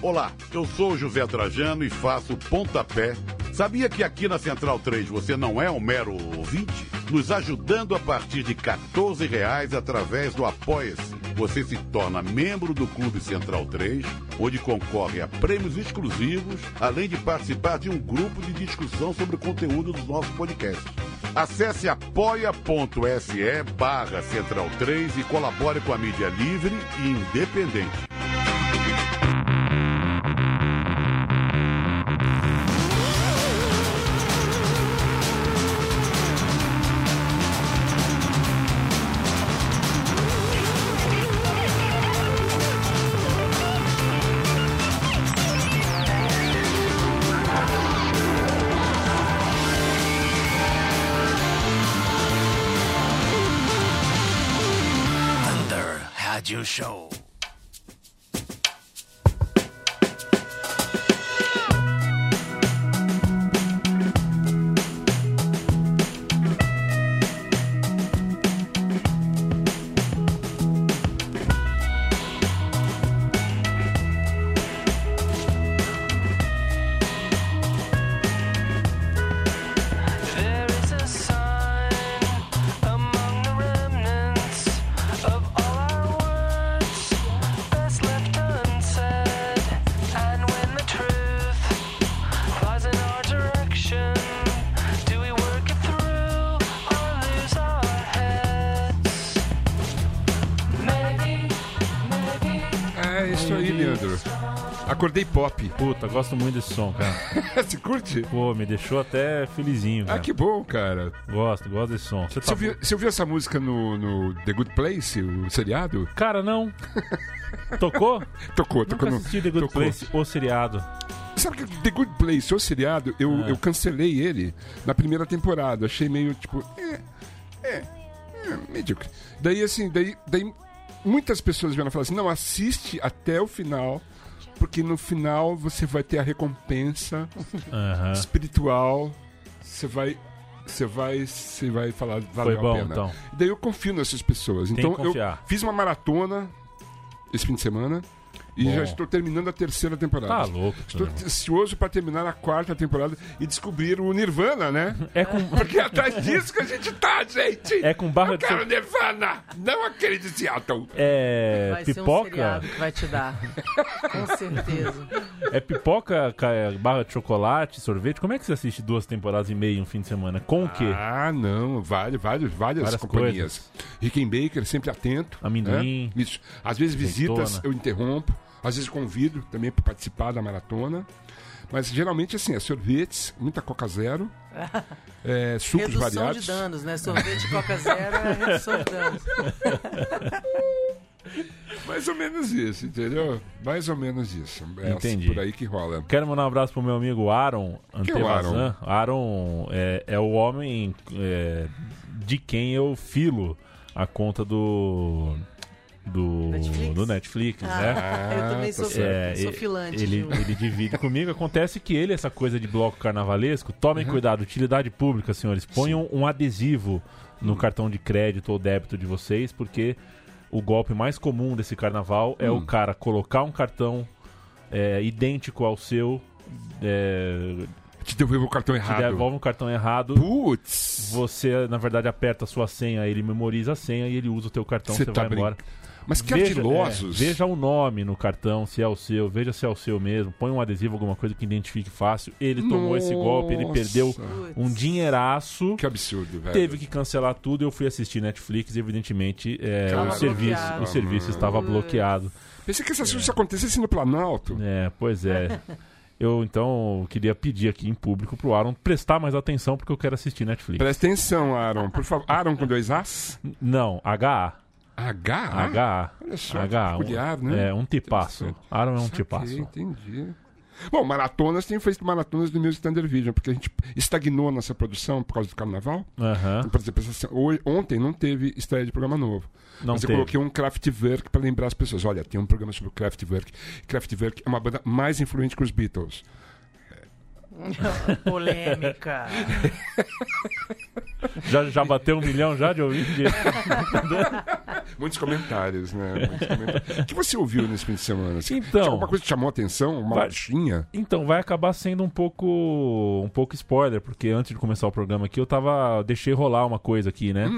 Olá, eu sou o José Trajano e faço pontapé. Sabia que aqui na Central 3 você não é um mero ouvinte? Nos ajudando a partir de 14 reais através do Apoia-se. Você se torna membro do Clube Central 3, onde concorre a prêmios exclusivos, além de participar de um grupo de discussão sobre o conteúdo dos nossos podcasts. Acesse apoia.se barra Central 3 e colabore com a mídia livre e independente. Thunder Rádio Show. There is a sign among the remnants of all our words that's left unsaid. And when the truth lies in our direction, do we work it through or lose our heads? Maybe, maybe. É isso aí, Leandro. Acordei pop. Puta, gosto muito desse som, cara. Você curte? Pô, me deixou até felizinho, Ah, cara. que bom, cara. Gosto, gosto desse som. Você tá... Você ouviu, você ouviu essa música no, no The Good Place, o seriado? Cara, não. Tocou? Tocou, tocou Nunca no. assisti The Good tocou. Place, o seriado. Sabe que The Good Place, o seriado, eu, É. eu cancelei ele na primeira temporada. Achei meio tipo. É, é, é, medíocre. Daí, assim, daí, daí muitas pessoas vieram falar assim: não, assiste até o final, porque no final você vai ter a recompensa Aham. espiritual. Você vai. Você vai, você vai falar, valeu bom, a pena. então. Daí eu confio nessas pessoas. que Então eu confiar. fiz uma maratona esse fim de semana e Bom. já estou terminando a terceira temporada. Tá louco. Estou cara. ansioso para terminar a quarta temporada e descobrir o Nirvana, né? É com, Porque é atrás disso que a gente tá, gente! é com barra Eu de... quero Nirvana! Não aquele de Seattle! É Vai ser um pipoca? seriado que vai te dar. Com certeza. é pipoca, ca- barra de chocolate, sorvete? Como é que você assiste duas temporadas e meia em um fim de semana? Com o quê? Ah, não, vários, vários, várias, Várias companhias. Rickenbacker, sempre atento. Amendoim. né? Isso. Às vezes visitas Azeitona. eu interrompo, às vezes convido também para participar da maratona. Mas geralmente assim, é sorvetes, muita Coca Zero, é, sucos Redução variados. de danos, né? Sorvete Coca Zero é redução de danos. Mais ou menos isso, entendeu? Mais ou menos isso. É assim, Entendi. por aí que rola. Quero mandar um abraço pro meu amigo Aaron Quem é o Aaron? Antevazan. Aaron é, é o homem é, de quem eu filo a conta do. Do Netflix? do Netflix né? Ah, eu também sou, É, sou e- filante. Ele, Ju. ele divide comigo. Acontece que ele, essa coisa de bloco carnavalesco, Uhum. tomem cuidado, utilidade pública, senhores. Ponham um adesivo Hum. no cartão de crédito ou débito de vocês, porque o golpe mais comum desse carnaval é o Hum. cara colocar um cartão é, idêntico ao seu, é, Te devolvo o cartão te errado. devolve um cartão errado. Putz! Você, na verdade, aperta a sua senha, ele memoriza a senha e ele usa o teu cartão, Você então você, tá vai embora. Mas que Veja- ardilosos! é, veja o nome no cartão, se é o seu, veja se é o seu mesmo, põe um adesivo, alguma coisa que identifique fácil. Ele tomou esse golpe, ele Nossa, perdeu um dinheiraço, Que absurdo, velho. teve que cancelar tudo. Eu fui assistir Netflix e, evidentemente, é, Tava Hum. o, serviço, bloqueado. o serviço estava Putz. bloqueado. Pensei que essas coisas acontecessem no Planalto. É, pois é. Eu então queria pedir aqui em público pro Aaron prestar mais atenção porque eu quero assistir Netflix. Presta atenção, Aaron, por favor. Aaron com dois As? Não, HA. H? HA. Ah? Olha só, HA. peculiar, um, né? É, um tipaço. Interessante. Aaron é um Ok, tipaço. entendi. Bom, maratonas, tem feito maratonas do Music Thunder Vision, porque a gente estagnou nossa produção por causa do carnaval. Aham. Então, Por exemplo, essa- hoje- ontem não teve estreia de programa novo. Não mas teve. eu coloquei um Kraftwerk para lembrar as pessoas. Olha, tem um programa sobre o Kraftwerk. Kraftwerk é uma banda mais influente que os Beatles. Polêmica. Já, já bateu um milhão já de ouvinte? Muitos comentários, né? Muitos comentários. O que você ouviu nesse fim de semana? Você- Então. Alguma coisa que chamou a atenção? Uma Vai- latinha? Então, vai acabar sendo um pouco um pouco spoiler, porque antes de começar o programa aqui, eu tava. Deixei rolar uma coisa aqui, né?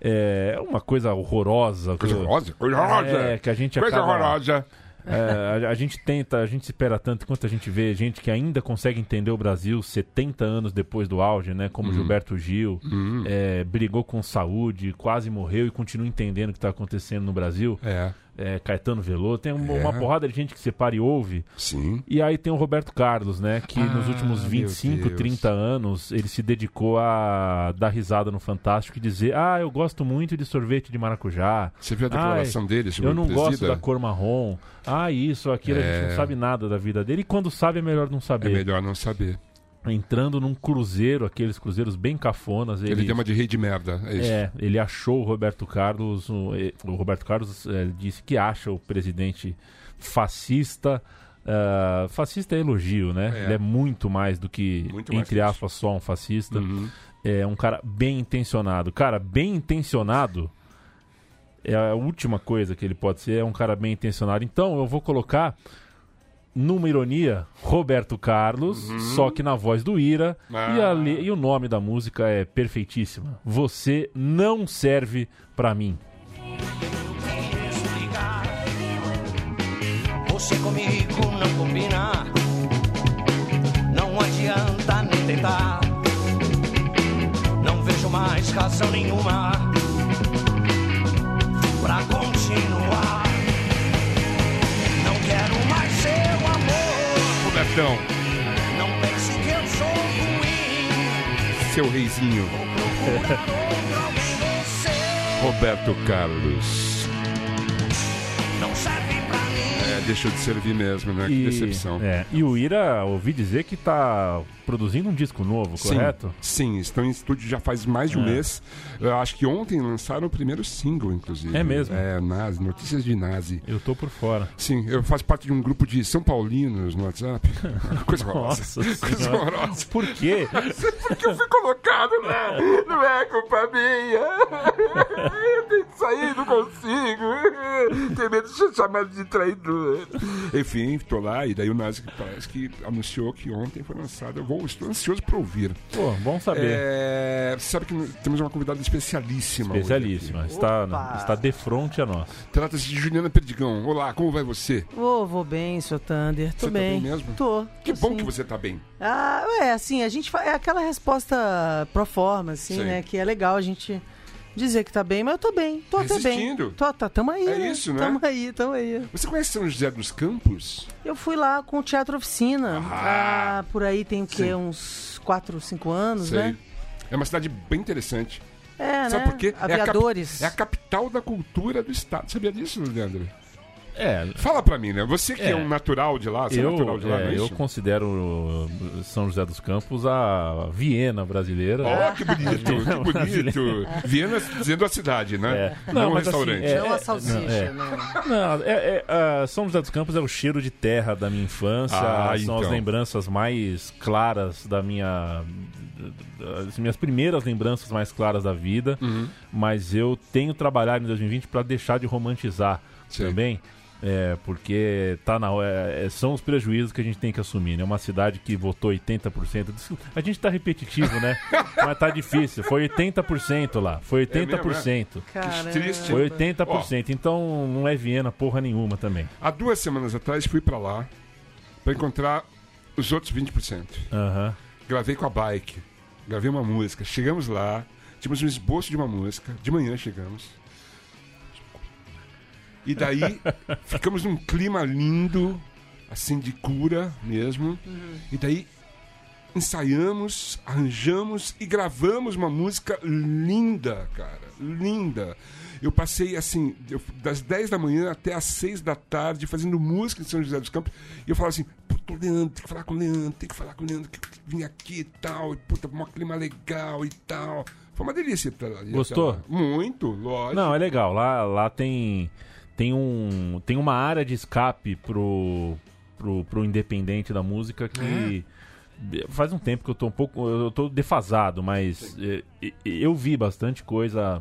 É uma coisa horrorosa. Hum. Coisa que- horrorosa? Coisa horrorosa! É, que a gente coisa acaba- horrorosa! É, a, a gente tenta, a gente se espera tanto quanto a gente vê gente que ainda consegue entender o Brasil 70 anos depois do auge, né? Hum. Como Gilberto Gil, é, brigou com saúde, quase morreu e continua entendendo o que está acontecendo no Brasil. É, É, Caetano Veloso, tem uma, É. uma porrada de gente que se para e ouve. sim. E aí tem o Roberto Carlos, né? Que nos Ah, últimos meu 25, Deus. 30 anos, ele se dedicou a dar risada no Fantástico e dizer: Ah, eu gosto muito de sorvete de maracujá. Você viu a declaração Ai, dele sobre Eu não o presida? gosto da cor marrom. Ah, isso, aquilo, a gente É. não sabe nada da vida dele. E quando sabe, é melhor não É saber. melhor não saber. Entrando num cruzeiro, aqueles cruzeiros bem cafonas, ele. Ele deu uma de rei de merda. É isso. É, ele achou o Roberto Carlos. O, eh, o Roberto Carlos eh, disse que acha o presidente fascista. ah, fascista é elogio, né? É. Ele é muito mais do que, Muito mais entre que isso. aspas, só um fascista. Uhum. É um cara bem intencionado. Cara, bem intencionado é a última coisa que ele pode ser. É um cara bem intencionado. Então, eu vou colocar. Numa ironia, Roberto Carlos, Uhum. só que na voz do Ira. E, Ah. a le- e o nome da música é perfeitíssima. Você não serve pra mim. explicar. Você comigo não combina. Não adianta nem tentar. Não vejo mais razão nenhuma pra continuar. Não quero mais seu amor. Robertão, Não pense que eu sou ruim. seu reizinho. Vou procurar outro alguém você. Roberto Carlos. Não serve pra mim. É, deixou de servir mesmo, né? E, Que decepção. é, e o Ira, ouvi dizer que tá produzindo um disco novo, Sim, correto? Sim, estão em estúdio já faz mais de um É. mês. Eu acho que ontem lançaram o primeiro single, inclusive. É mesmo? É, Nazi, Notícias de Nazi. Eu tô por fora. Sim, eu faço parte de um grupo de São Paulinos no WhatsApp. Coisa horrorosa. Nossa Coisa senhora. horrorosa. Por quê? que eu fui colocado, né? Não é culpa minha. Eu tenho que sair, não consigo. Tenho medo de ser chamado de traidor. Enfim, tô lá, e daí o Nazi parece que anunciou que ontem foi lançado. Eu vou, estou ansioso para ouvir. Pô, bom saber. É, você sabe que nós temos uma convidada especialíssima. hoje Especialíssima. Está, Opa! está de frente a nós. aqui. Trata-se de Juliana Perdigão. Olá, como vai você? Ô, vou bem, seu Thunder. Você Tô tá bem. bem mesmo? Tô. Que tô bom sim. que você tá bem. Ah, é, assim, a gente fa- é aquela resposta pro forma, assim, Sim. né? Que é legal a gente dizer que tá bem, mas eu tô bem, tô até bem. Resistindo. Tô, tá, tamo aí, É isso, né? Tamo aí, tamo aí. Você conhece São José dos Campos? Eu fui lá com o Teatro Oficina. Ah. Ah, por aí tem o quê? Sim. Uns 4, 5 anos, né? É uma cidade bem interessante. É, Sabe né? por quê? É a capi- Aviadores. É a capital da cultura do estado. Sabia disso, Leandro? É, Fala pra mim, né? Você que é, É. um natural de lá, você é natural eu, de lá, não é é, eu isso? considero São José dos Campos a Viena brasileira. Ó, que bonito, que bonito. Viena dizendo a cidade, né? É. Não, Não, um mas assim, restaurante. é- Não a salsicha, não, é. né? Não, é- é, ah, São José dos Campos é o cheiro de terra da minha infância. Ah, são as então. lembranças mais claras da minha. As minhas primeiras lembranças mais claras da vida. Uhum. Mas eu tenho trabalhado em 2020 para deixar de romantizar Sim. também. é, porque tá na hora- é, são os prejuízos que a gente tem que assumir. É né? uma cidade que votou 80%. Desculpa, A gente tá repetitivo, né? Mas tá difícil. Foi 80% lá. É Foi 80%. Caramba. triste. Foi 80%. Então não é Viena porra nenhuma também. Há duas semanas atrás fui pra lá pra encontrar os outros 20%. Aham. Gravei com a bike, gravei uma música. Chegamos lá, tínhamos um esboço de uma música. De manhã chegamos. E daí ficamos num clima lindo, assim de cura mesmo. E daí ensaiamos, arranjamos e gravamos uma música linda, cara. Linda. Eu passei assim, eu- das 10 da manhã até as 6 da tarde fazendo música em São José dos Campos. E eu falava assim, puta, o Leandro, tem que falar com o Leandro, tem que falar com o Leandro, que que vim aqui e tal, e puta, um clima legal e tal. Foi uma delícia. ir pra lá. Gostou? Muito, lógico. Não, é legal. Lá, lá tem, tem, um, tem uma área de escape pro, pro, pro independente da música que. de- Faz um tempo que eu tô um pouco. Eu tô defasado, mas eh, e- e- eu vi bastante coisa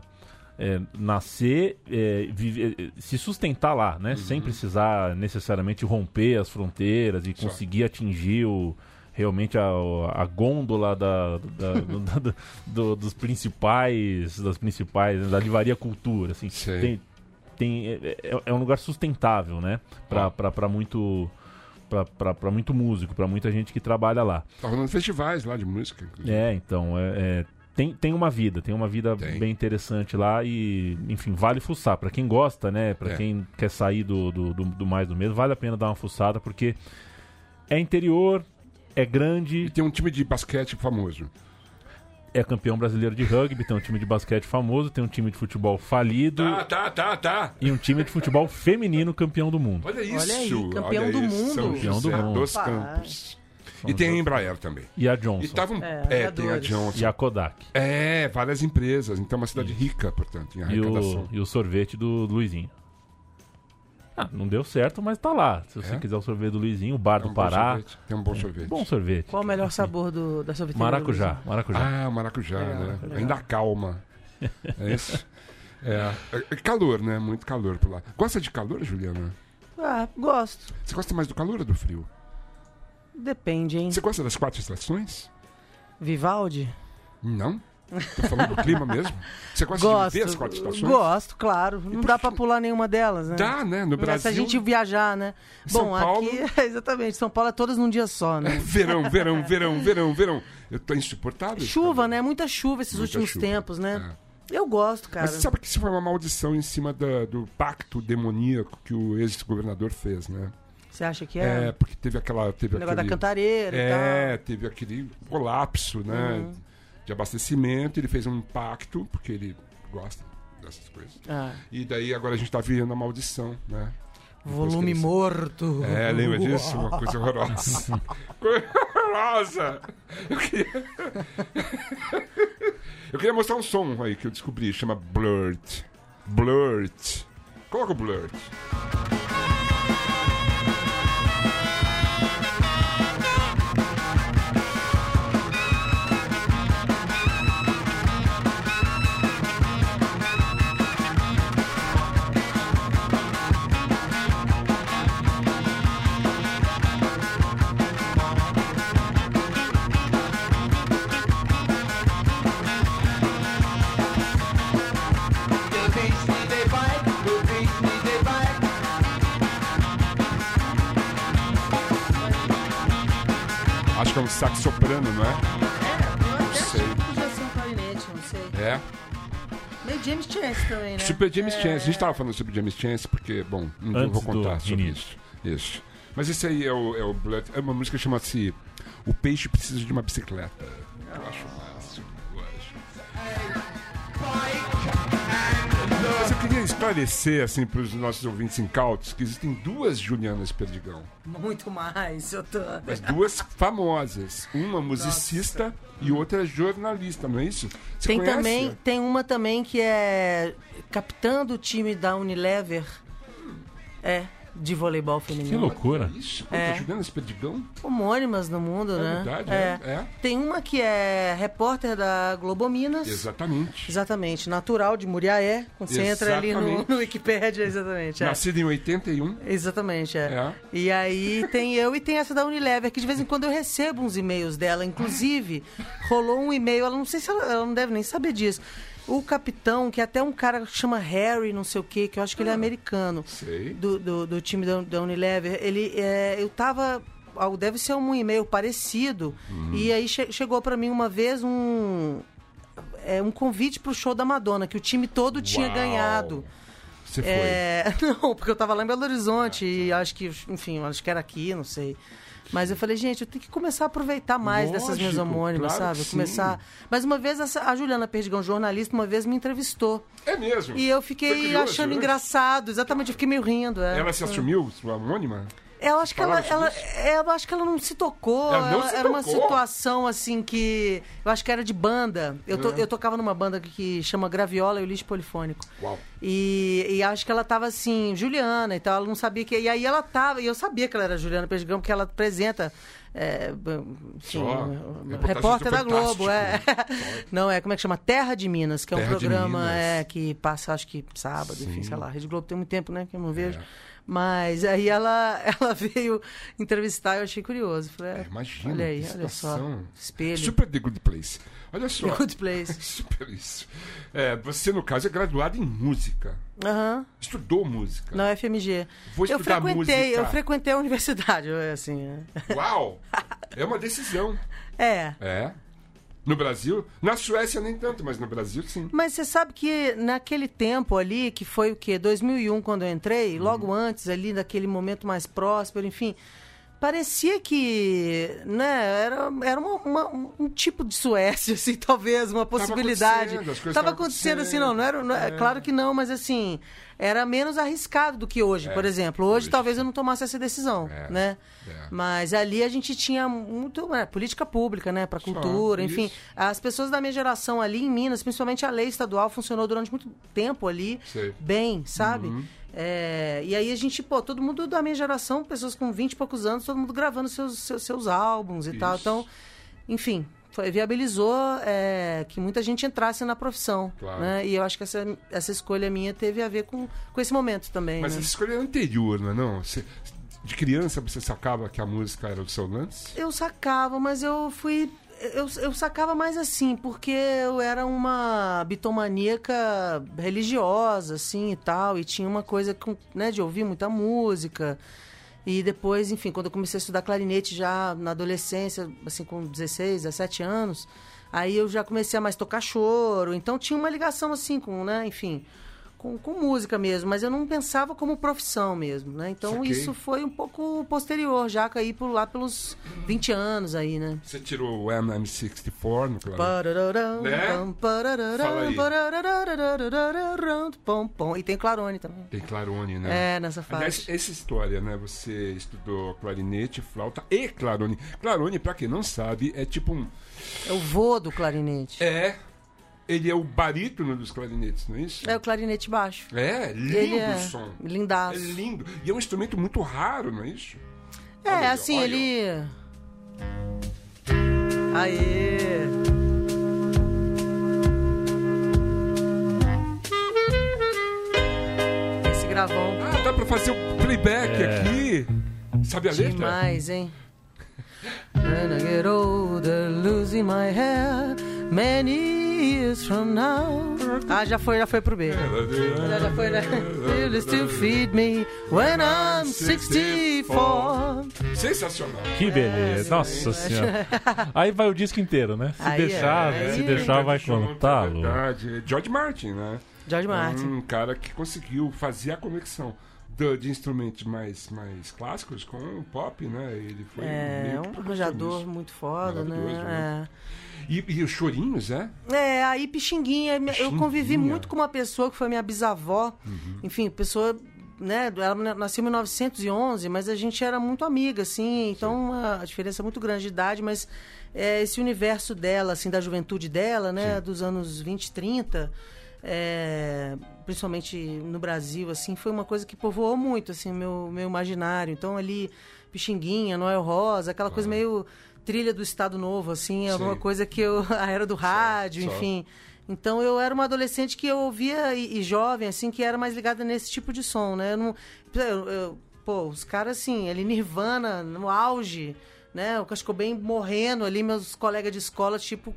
é, nascer, é, viver- é, se sustentar lá, Uhum. né? Sem precisar necessariamente romper as fronteiras e conseguir atingir o- realmente a, a gôndola da, da- do- da- do- do- dos principais, das principais, né, da livaria cultura, assim. Sei. Tem, tem, é, é- é um lugar sustentável, né? Ó. Para muito... Para muito músico, para muita gente que trabalha lá. Tá rolando festivais lá de música, inclusive. É, então, é, é, tem, tem uma vida, tem uma vida Uhum. Tem. bem interessante lá e, enfim, vale fuçar. Pra quem gosta, né, Pra É. quem quer sair do, do, do- do mais do mesmo, vale a pena dar uma fuçada, porque é interior, é grande, E tem um time de basquete famoso. é campeão brasileiro de rugby, tem um time de basquete famoso, tem um time de futebol falido tá, tá, tá. e um time de futebol feminino campeão do mundo. Olha isso. aí, campeão olha do isso, mundo. São Campeão do José mundo. dos Pá. Campos. E tem a Embraer também. E a E tá Johnson. estavam. É, É, tem a jogadores. Johnson. E a Kodak. É, várias empresas. Então é uma cidade rica, portanto, em E arrecadação. o, e o sorvete do Luizinho. Ah, não deu certo, mas tá lá. Se você É? quiser o sorvete do Luizinho, o bar Tem do um bom Pará. sorvete, Tem um bom sorvete. Bom sorvete. Qual o melhor sabor do, da sorveteria? Maracujá, maracujá. Ah, maracujá, É, né? maracujá. Ainda calma. É isso? É. É calor, né? Muito calor por lá. Gosta de calor, Juliana? Ah, gosto. Você gosta mais do calor ou do frio? Depende, hein? Você gosta das quatro estações? Vivaldi? Não? Tô falando do clima mesmo? Você gosta de viver as quatro Gosto. estações? Gosto, claro. Não por dá que- pra pular nenhuma delas, né? Dá, né? No Se Brasil. a gente viajar, né? São Bom, Paulo- aqui, exatamente, São Paulo é todas num dia só, né? Verão, verão, verão, verão, verão. Eu tô insuportável. esse Chuva, calor. né? Muita chuva esses tá Muita últimos chuva. tempos, né? É. Eu gosto, cara. Mas você sabe que isso foi uma maldição em cima da- do pacto demoníaco que o ex-governador fez, né? Você acha que É, é? porque teve aquela. Teve o negócio da aquele, cantareira e Uhum. É, teve aquele colapso, né? De abastecimento. Ele fez um pacto, porque ele gosta dessas coisas. tal. Ah, E daí agora a gente tá virando a maldição, né? volume Depois que ele- morto. É, lembra disso? Uma coisa horrorosa. coisa horrorosa! Eu queria... eu queria mostrar um som aí que eu descobri, chama Blurt. Blurt. Coloca o Blurt. Acho que é um sax soprano, não é? eu até sei. achei que podia ser um clarinete, não sei. É. Meio James Chance também, né? Super James Chance. A gente tava falando sobre James Chance porque, bom, um dia eu Antes vou contar do sobre início. isso. Isso. Mas esse aí é o, é o Blurt. É uma música que chama-se O Peixe Precisa de uma Bicicleta. Eu acho máximo. Eu acho. Mas eu queria esclarecer, assim, para os nossos ouvintes incautos, que existem duas Julianas Perdigão. Muito mais, eu tô... Mas duas famosas. Uma musicista e outra jornalista, não é isso? Você Tem conhece? também, tem uma também que é capitã do time da Unilever. É, de voleibol Que feminino. loucura. Isso, É. é. Juliana Esperdigão? Homônimas no mundo, né? É verdade, é, é. Tem uma que é repórter da Globo Minas. Exatamente. Exatamente, natural de Muriaé. Quando você entra ali no, Exatamente. no Wikipédia, exatamente. é. Nascida em 81. Exatamente, é. É. E aí tem eu e tem essa da Unilever, que de vez em quando eu recebo uns e-mails dela. Inclusive, rolou um e-mail, ela não sei se ela, ela não deve nem saber disso. O capitão, que até um cara que chama Harry, não sei o quê, que eu acho que ele é americano, Sei. do, do, do time da, da Unilever, ele. é, eu tava. algo- Deve ser um e-mail parecido. E aí che- chegou pra mim uma vez um. É um convite pro show da Madonna, que o time todo tinha Uau. ganhado. Você foi. Ah, tá. É, não, porque eu tava lá em Belo Horizonte e acho que, enfim, acho que era aqui, não sei. Mas eu falei, gente, eu tenho que começar a aproveitar mais dessas minhas Lógico, homônimas, claro sabe? que Começar. Mas uma vez essa- a Juliana Perdigão, jornalista, uma vez me entrevistou. É mesmo. E eu Foi fiquei curioso, achando né? engraçado, exatamente, eu fiquei meio rindo. é. Ela se assumiu, sua homônima? Eu acho que ela, Falaram sobre ela- é, eu acho que ela não se tocou. Ela não se era uma tocou? situação assim que. Eu acho que era de banda. Eu, É. to- eu tocava numa banda que- que chama Graviola e o Lixo Polifônico. Uau. E, e acho que ela tava assim, Juliana e tal, ela não sabia que. E aí ela tava, e eu sabia que ela era Juliana Pesgão, porque ela apresenta. é, enfim, Só reportagens repórter do da Globo, é. Fantástico. Não, é como é que chama? Terra de Minas, que é um Terra de programa Minas. é, que passa, acho que sábado, enfim, sei lá. Rede Globo tem muito tempo, né? Que eu É. não vejo. Mas aí ela, ela veio entrevistar, eu achei curioso. Falei, é, imagina, Olha aí, que olha só. situação. Espelho. Super The Good Place. Olha só. The Good Place. Super isso. É, você, no caso, é graduado em música. Aham. Estudou música. Na UFMG. Vou eu estudar frequentei, eu música. frequentei a universidade, eu- assim. Uau! É uma decisão. É. É. No Brasil? Na Suécia nem tanto, mas no Brasil sim. Mas você sabe que naquele tempo ali, que foi o quê? 2001, quando eu entrei, Uhum. logo antes ali, daquele momento mais próspero, enfim, parecia que, né, era, era uma- uma- um tipo de Suécia, assim, talvez, uma possibilidade. acontecendo, as coisas Tava tavam acontecendo, assim, acontecendo. não, não era, não- é claro que não, mas assim, era menos arriscado do que hoje, por exemplo. Hoje, É. hoje. talvez eu não tomasse essa decisão, É, né? é. Mas ali a gente tinha muito, né, política pública, né, para cultura, isso. enfim. As pessoas da minha geração ali em Minas, principalmente a lei estadual, funcionou durante muito tempo ali, Sei. Uhum. bem, sabe? É, e aí a gente, pô, todo mundo da minha geração, pessoas com 20 e poucos anos, todo mundo gravando seus, seus, seus álbuns e tal. Isso. Então, enfim, foi- viabilizou é, que muita gente entrasse na profissão. Claro. né? E eu acho que essa, essa escolha minha teve a ver com, com esse momento também. Mas né? essa escolha é anterior, não é não? Você- de criança você sacava que a música era o seu lance? Eu sacava, mas eu fui. Eu, eu sacava mais assim, porque eu era uma bitomaníaca religiosa, assim e tal, e tinha uma coisa com, né, de ouvir muita música. E depois, enfim, quando eu comecei a estudar clarinete já na adolescência, assim, com 16, 17 anos, aí eu já comecei a mais tocar choro. Então tinha uma ligação assim com, né, enfim, com, com música mesmo, mas eu não pensava como profissão mesmo, né? Então Saquei. isso foi um pouco posterior, já que aí por lá pelos 20 anos aí, né? Você tirou o MM64 no claro. Parararam, Né? pam, parararam, Fala aí. parararararararam, pom, pom. E tem Clarone também. Tem Clarone, né? É, nessa Aliás, faixa. essa história, né? Você estudou clarinete, flauta e clarone. Clarone, pra quem não sabe, é tipo um. É o vô do clarinete. É. Ele é o barítono dos clarinetes, não é isso? É o clarinete baixo. É, Ele lindo é o som. É lindaço. lindo. E é um instrumento muito raro, não é isso? É, Olha aí, assim, olha. ele. Aê! Esse gravão. Ah, dá pra fazer o playback É. aqui. Sabe a letra? Demais, hein? When I get older, losing my hair, many years from now. Ah, já foi, já foi pro B. É. Já, já foi, né? You still feed me when I'm 64. Sensacional. Que beleza. Nossa senhora. Aí vai o disco inteiro, né? Se Aí é, deixar, aí se é. deixar, vai contar, contá-lo. verdade. É George Martin, né? George Martin. Um cara que conseguiu fazer a conexão do- de instrumentos mais, mais clássicos com o pop, né? Ele foi É, meio que um precursor arranjador nisso. muito foda, Maravilhoso, né? E, e os chorinhos, é? É. é, aí Pixinguinha, minha- eu convivi Pixinguinha. muito com uma pessoa que foi minha bisavó. Enfim, pessoa, né, ela na- nasceu em 1911, mas a gente era muito amiga, assim, então a diferença é muito grande de idade, mas é, esse universo dela, assim, da juventude dela, né, dos anos 20, 30... é, principalmente no Brasil, assim, foi uma coisa que povoou muito, assim, meu, meu imaginário. Então, ali, Pixinguinha, Noel Rosa, aquela coisa meio trilha do Estado Novo, assim, é uma Sim. coisa que eu... A era do rádio, só. enfim. Então, eu era uma adolescente que eu ouvia e, e jovem, assim, que era mais ligada nesse tipo de som, né? Eu não... eu- eu- pô, os caras, assim, ali Nirvana, no auge, né? O Casco Bem morrendo ali, meus colegas de escola, tipo...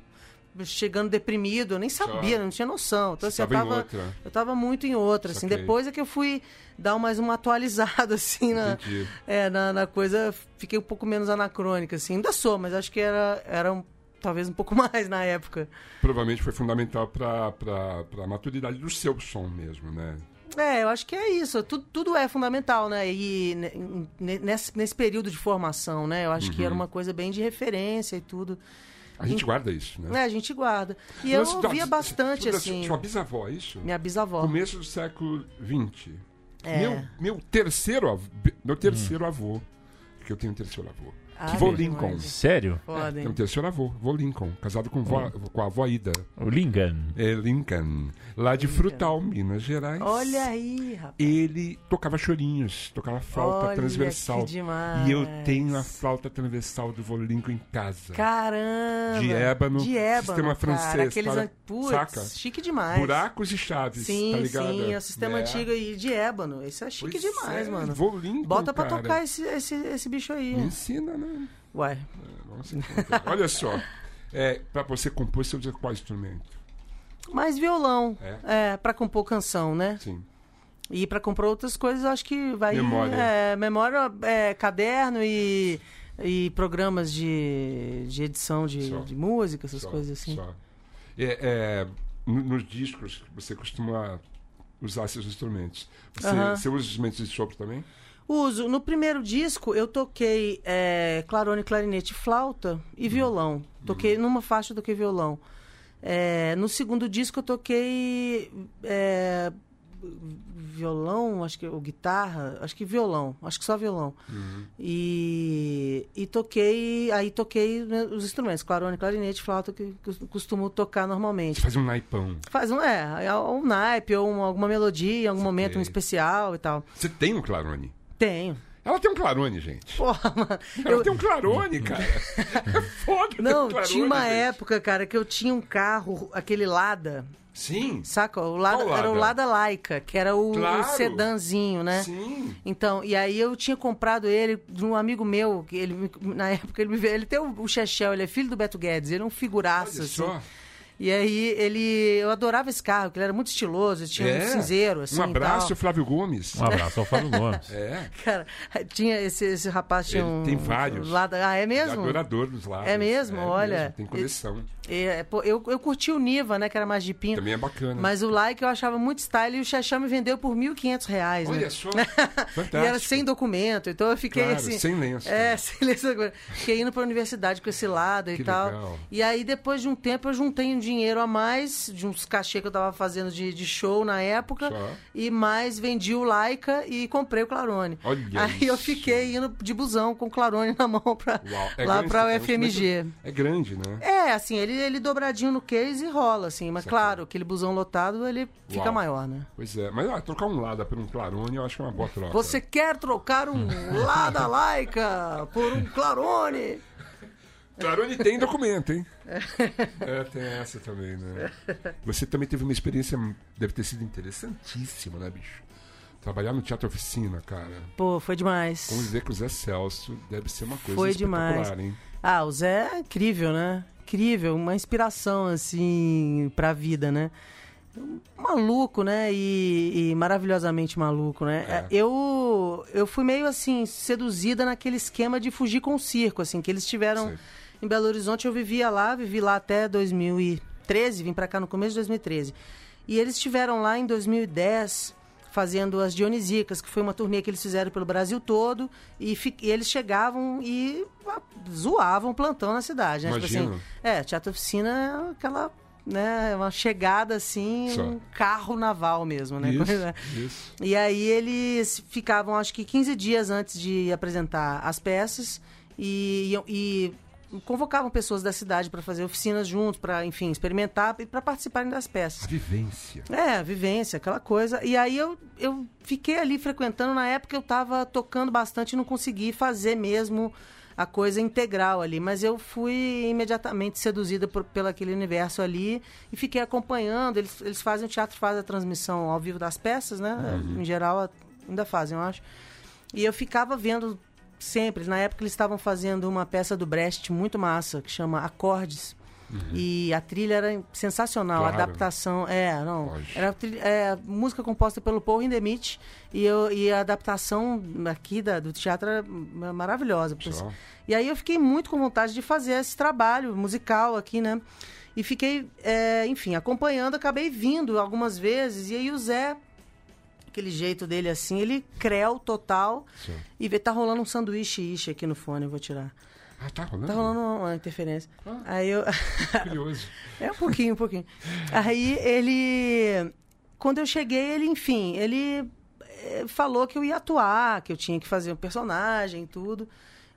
Chegando deprimido, eu nem sabia, não tinha noção. Então, Você assim, eu tava em tava, outra. eu tava muito em outra, assim. Saquei. Depois é que eu fui dar mais uma atualizada, assim, na, Entendi. é, na, na coisa, fiquei um pouco menos anacrônica, assim. Ainda sou, mas acho que era, era um- talvez um pouco mais na época. Provavelmente foi fundamental pra, pra, pra maturidade do seu som mesmo, né? É, eu acho que é isso. Tudo, tudo é fundamental, né? E ne- ne- nesse, nesse período de formação, né? Eu acho que Uhum. era uma coisa bem de referência e tudo. A gente guarda isso, né? um É, a gente guarda. E Lance eu da- um ouvia bastante, sua- assim, Sua bisavó, é isso? minha bisavó. Começo do século XX. É. Meu, meu terceiro avô, meu terceiro avô, que eu tenho um terceiro avô. Ah, vou que Lincoln. demais. Sério? Foda, hein? Tenho um terceiro avô, vô Lincoln, casado com, vó- com a avó Ida, O Lingan. é Lincoln, lá de Frutal, Minas Gerais. Olha aí, rapaz. Ele tocava chorinhos, tocava flauta Olha transversal. que demais. E eu tenho a flauta transversal do vô Lincoln em casa. Caramba. De ébano, De ébano, sistema cara. francês, Aqueles para- an- Putz, saca? chique demais. Buracos e chaves, Sim, tá ligado? sim, é o sistema É. antigo aí de ébano. Isso é chique Pois demais, é, mano. Vô Lincoln, Bota pra cara. tocar esse, esse, esse bicho aí. Me ensina, né? Ué. Nossa, encontra. Olha só. É, pra você compor, você usa qual instrumento? Mas violão, É? é, pra compor canção, né? Sim. E pra comprar outras coisas, eu acho que vai. Memória. É, memória, é, caderno e, e programas de, de edição Só. de, de música, essas só, coisas assim. só. É, é, no- nos discos, você costuma usar esses instrumentos. Você, Aham. você usa os instrumentos de sopro também? Uso. No primeiro disco, eu toquei é, clarone, clarinete, flauta e violão. Toquei numa faixa, eu toquei violão. É, no segundo disco, eu toquei é, violão, acho que ou guitarra, acho que violão, acho que só violão. E, e toquei, aí toquei né, os instrumentos, clarone, clarinete, flauta que, que eu costumo tocar normalmente. Você faz um naipão. Faz um, é, é um naipe ou uma- alguma melodia, em algum momento Sei. um especial e tal. Você tem um clarone. Tenho. Ela tem um clarone, gente. Porra, mano. Ela tem um clarone, cara. É foda ter Não, um clarone, tinha uma gente. época, cara, que eu tinha um carro, aquele Lada, Sim. saca? O Lada, Qual era o Lada? Lada Laika, que era o Claro. sedanzinho, né? Sim. Então, e aí eu tinha comprado ele de um amigo meu, que ele me- na época ele me veio, ele tem o, o Chechel, ele é filho do Beto Guedes, ele é um figuraço Olha assim. só. E aí ele, eu adorava esse carro, que ele era muito estiloso, ele tinha É. um cinzeiro assim Um e abraço, tal. Flávio Gomes. Um abraço ao Fábio Gomes. É. Cara, tinha esse, esse rapaz tinha Ele um tem vários. Lada, ah, é mesmo? Adorador dos lados. É mesmo? Olha. Tem coleção. É, pô, eu, eu curti o Niva, né? Que era mais de pinto. Também é bacana. Mas o like eu achava muito style e o Xaxá me vendeu por R$ 1.500, reais, né? Olha só. Fantástico. E era sem documento, então eu fiquei Claro, assim. sem lenço. É, sem lenço. Fiquei indo pra universidade com esse lado Que e tal. legal. E aí, depois de um tempo, eu juntei um dinheiro a mais, de uns cachê que eu tava fazendo de, de show na época, Só. e mais vendi o Laika e comprei o Clarone. Olha aí eu isso. fiquei indo de busão com o Clarone na mão pra, Uau, é lá grande, pra é um UFMG. instrumento- É grande, né? É, assim, ele, ele dobradinho no case e rola, assim. Mas claro, aquele busão lotado, ele fica Uau. maior, né? Pois é. Mas ah, trocar um Lada por um Clarone eu acho que é uma boa troca. Você quer trocar um Lada Laica por um Clarone? Clarone tem documento, hein? É, tem essa também, né? Você também teve uma experiência, deve ter sido interessantíssima, né, bicho? Trabalhar no Teatro Oficina, cara. Pô, foi demais. Conviver com o Zé Celso deve ser uma coisa Foi espetacular, demais. hein? Ah, o Zé é incrível, né? Incrível, uma inspiração, assim, pra vida, né? Maluco, né? E, e maravilhosamente maluco, né? É. Eu, eu fui meio, assim, seduzida naquele esquema de fugir com o circo, assim, que eles tiveram Sei. em Belo Horizonte. Eu vivia lá, vivi lá até 2013, vim pra cá no começo de 2013. E eles estiveram lá em 2010 fazendo as Dionisíacas, que foi uma turnê que eles fizeram pelo Brasil todo, e, fi- e eles chegavam e ah, zoavam o plantão na cidade, né? Tipo Imagino. assim, é, Teatro Oficina é aquela, né, uma chegada assim, Só. um carro naval mesmo, né? Coisa- Isso, isso. e aí eles ficavam, acho que 15 dias antes de apresentar as peças e, iam- e convocavam pessoas da cidade para fazer oficinas juntos, para, enfim, experimentar e para participarem das peças. Vivência. É, vivência, aquela coisa. E aí eu, eu fiquei ali frequentando. Na época eu tava tocando bastante e não consegui fazer mesmo a coisa integral ali. Mas eu fui imediatamente seduzida por, pelo aquele universo ali e fiquei acompanhando. Eles, eles fazem o teatro, faz a transmissão ao vivo das peças, né? Em geral, a- ainda fazem, eu acho. E eu ficava vendo sempre. Na época eles estavam fazendo uma peça do Brecht muito massa, que chama Acordes. E a trilha era sensacional, Claro. a adaptação. É, não. Lógico. Era tri- é, música composta pelo Paul Hindemith e, eu- e a adaptação aqui da- do teatro era ma- maravilhosa. porque Só. assim- E aí eu fiquei muito com vontade de fazer esse trabalho musical aqui, né? E fiquei, é, enfim, acompanhando, acabei vindo algumas vezes. E aí o Zé, aquele jeito dele assim, ele creu total. Só. E vê, tá rolando um sanduíche ishi aqui no fone, eu vou tirar. Ah, tá rolando? Tá rolando uma, uma interferência. Aí eu. Curioso. É um pouquinho, um pouquinho. Aí ele. Quando eu cheguei, ele, enfim, ele. eh, falou que eu ia atuar, que eu tinha que fazer um personagem e tudo.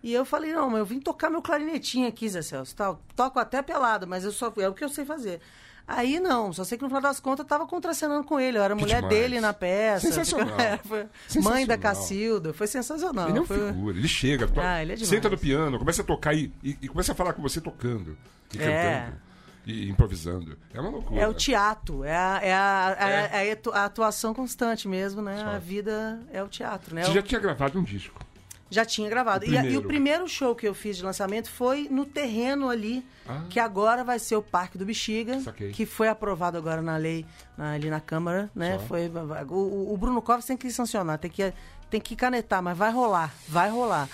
E eu falei, não, mas eu vim tocar meu clarinetinho aqui, Zé Celso. Tal. Toco até pelado, mas eu só, é o que eu sei fazer. Aí não, só sei que no final das contas eu tava contracenando com ele. Eu era Que mulher demais. dele na peça. É, Sensacional. foi Mãe Sensacional. da Cacilda. Foi sensacional. Ele é um foi- figura, ele chega, to- Ah, ele é demais. senta no piano, começa a tocar e, e- e começa a falar com você tocando, e É. cantando, e improvisando. É uma loucura. É o teatro, é a, é a- é a- é a atu- a atuação constante mesmo, né? A vida é o teatro, né? Você Eu já já... tinha gravado um disco. tinha gravado. O e, a- e primeiro. o né? primeiro show que eu fiz de lançamento foi no terreno ali, que agora vai ser o Parque do Bexiga, Ah. Saquei. que foi aprovado agora na lei, na- ali na Câmara, né? Só. Foi, o- o, o Bruno Covas tem que sancionar, tem que, tem que canetar, mas vai rolar, vai rolar.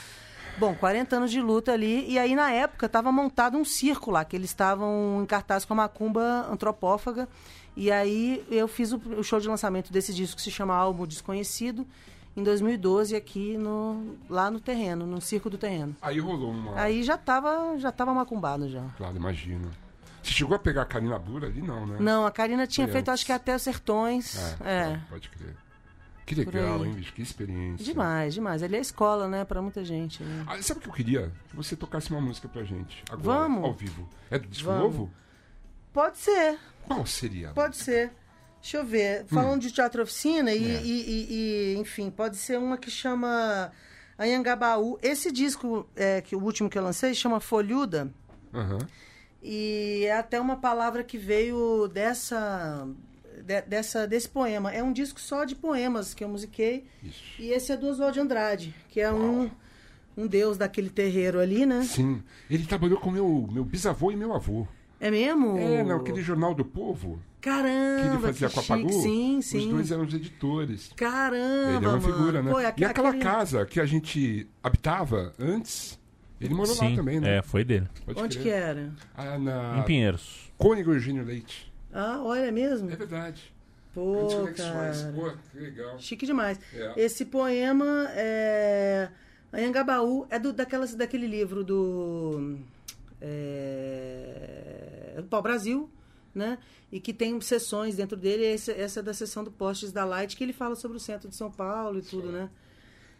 Bom, 40 anos de luta ali, e aí na época estava montado um circo lá, que eles estavam em cartaz com a Macumba Antropófaga, e aí eu fiz o, o show de lançamento desse disco que se chama Álbum Desconhecido, em 2012 aqui no, lá no terreno, no circo do terreno. Aí rolou uma. Aí já tava, já tava macumbado já. Claro, imagino. Você chegou a pegar a Karina Bura ali? Não, né? Não, a Karina tinha Foi feito antes. acho que até os Sertões. É, é. tá, Pode crer. Que Por legal, aí. hein, bicho? Que experiência. Demais, demais. Ele é escola, né? Pra muita gente. né? Ah, sabe o que eu queria? Que você tocasse uma música pra gente. Agora, Vamos. Ao vivo. É do disco Vamos. novo? Pode ser, Qual seria? pode ser. Deixa eu ver. Falando de teatro oficina e, Hum. É. e- e- e, enfim, pode ser uma que chama Anhangabaú. Esse disco, é, que o último que eu lancei, chama Folhuda. Aham. E é até uma palavra que veio dessa, de- dessa desse poema. É um disco só de poemas que eu musiquei. Isso. E esse é do Oswald de Andrade, que é um, um deus daquele terreiro ali, né? Sim. Ele trabalhou com meu, meu bisavô e meu avô. É mesmo? É, naquele Jornal do Povo, que ele Oh. Caramba, fazia que com a Pagu. chique. Sim, sim. Os dois eram os editores. Caramba, ele é uma mano. figura, né? Pô, aque- e aquela aquele- casa que a gente habitava antes, ele morou lá Sim, também, né? é, foi dele. Pode Onde crer. que é? era? Ah, na Em Pinheiros. Cônigo Eugênio Leite. Ah, olha mesmo? É verdade. é Pô, Grandes conexões. cara. Pô, que legal. Chique demais. É. Esse poema é. Anhangabaú é do, daquelas, daquele livro do. É, do Pau Brasil, né? E que tem sessões dentro dele. Esse- essa é da sessão do Postes da Light, que ele fala sobre o centro de São Paulo e tudo, né?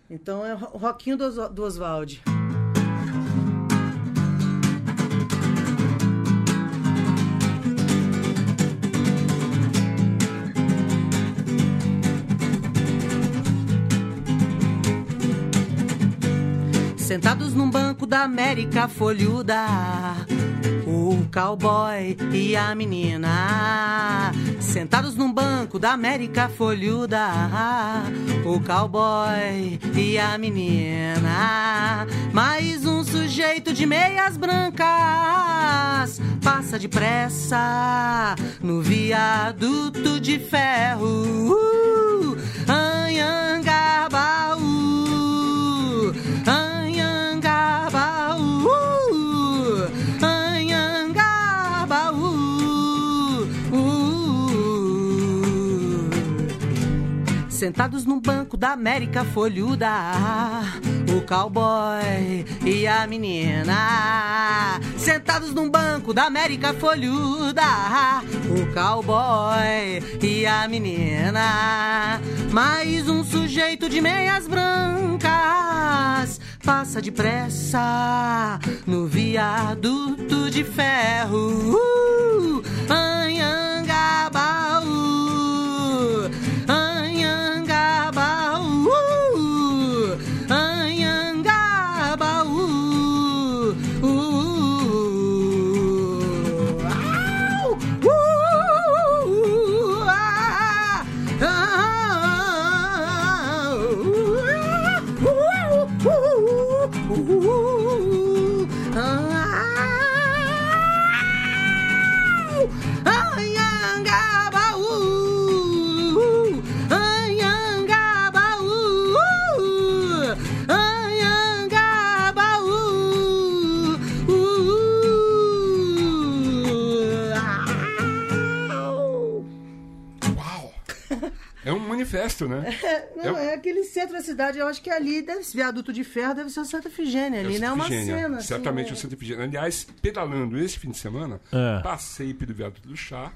Então é o ro- Roquinho do, Oso- do Oswald. Sentados num banco da América folhuda, o cowboy e a menina. Sentados num banco da América folhuda, o cowboy e a menina. Mais um sujeito de meias brancas passa depressa no viaduto de ferro. Uh, Anhangabaú. Anhangabaú, Anhangabaú. Uh. Sentados num banco da América folhuda, o cowboy e a menina. Sentados num banco da América folhuda, o cowboy e a menina. Mais um sujeito de meias brancas passa depressa no viaduto de ferro. Uh, Anhangabaú, Anhangabaú, Anhangabaú. Uh, au, uh, ah, ah, uh, uh, uh, uh, ah, Anhangabaú, Anhangabaú, Anhangabaú. Au. Uau! É um manifesto, né? Não, é aquele centro da cidade, eu acho que é ali deve ser viaduto de ferro, deve ser o Santa Figênia ali, É o né? É Santa uma Efigênia. cena. assim, Certamente né? o Santa Efigênia. Aliás, pedalando esse fim de semana, É. passei pelo viaduto do chá,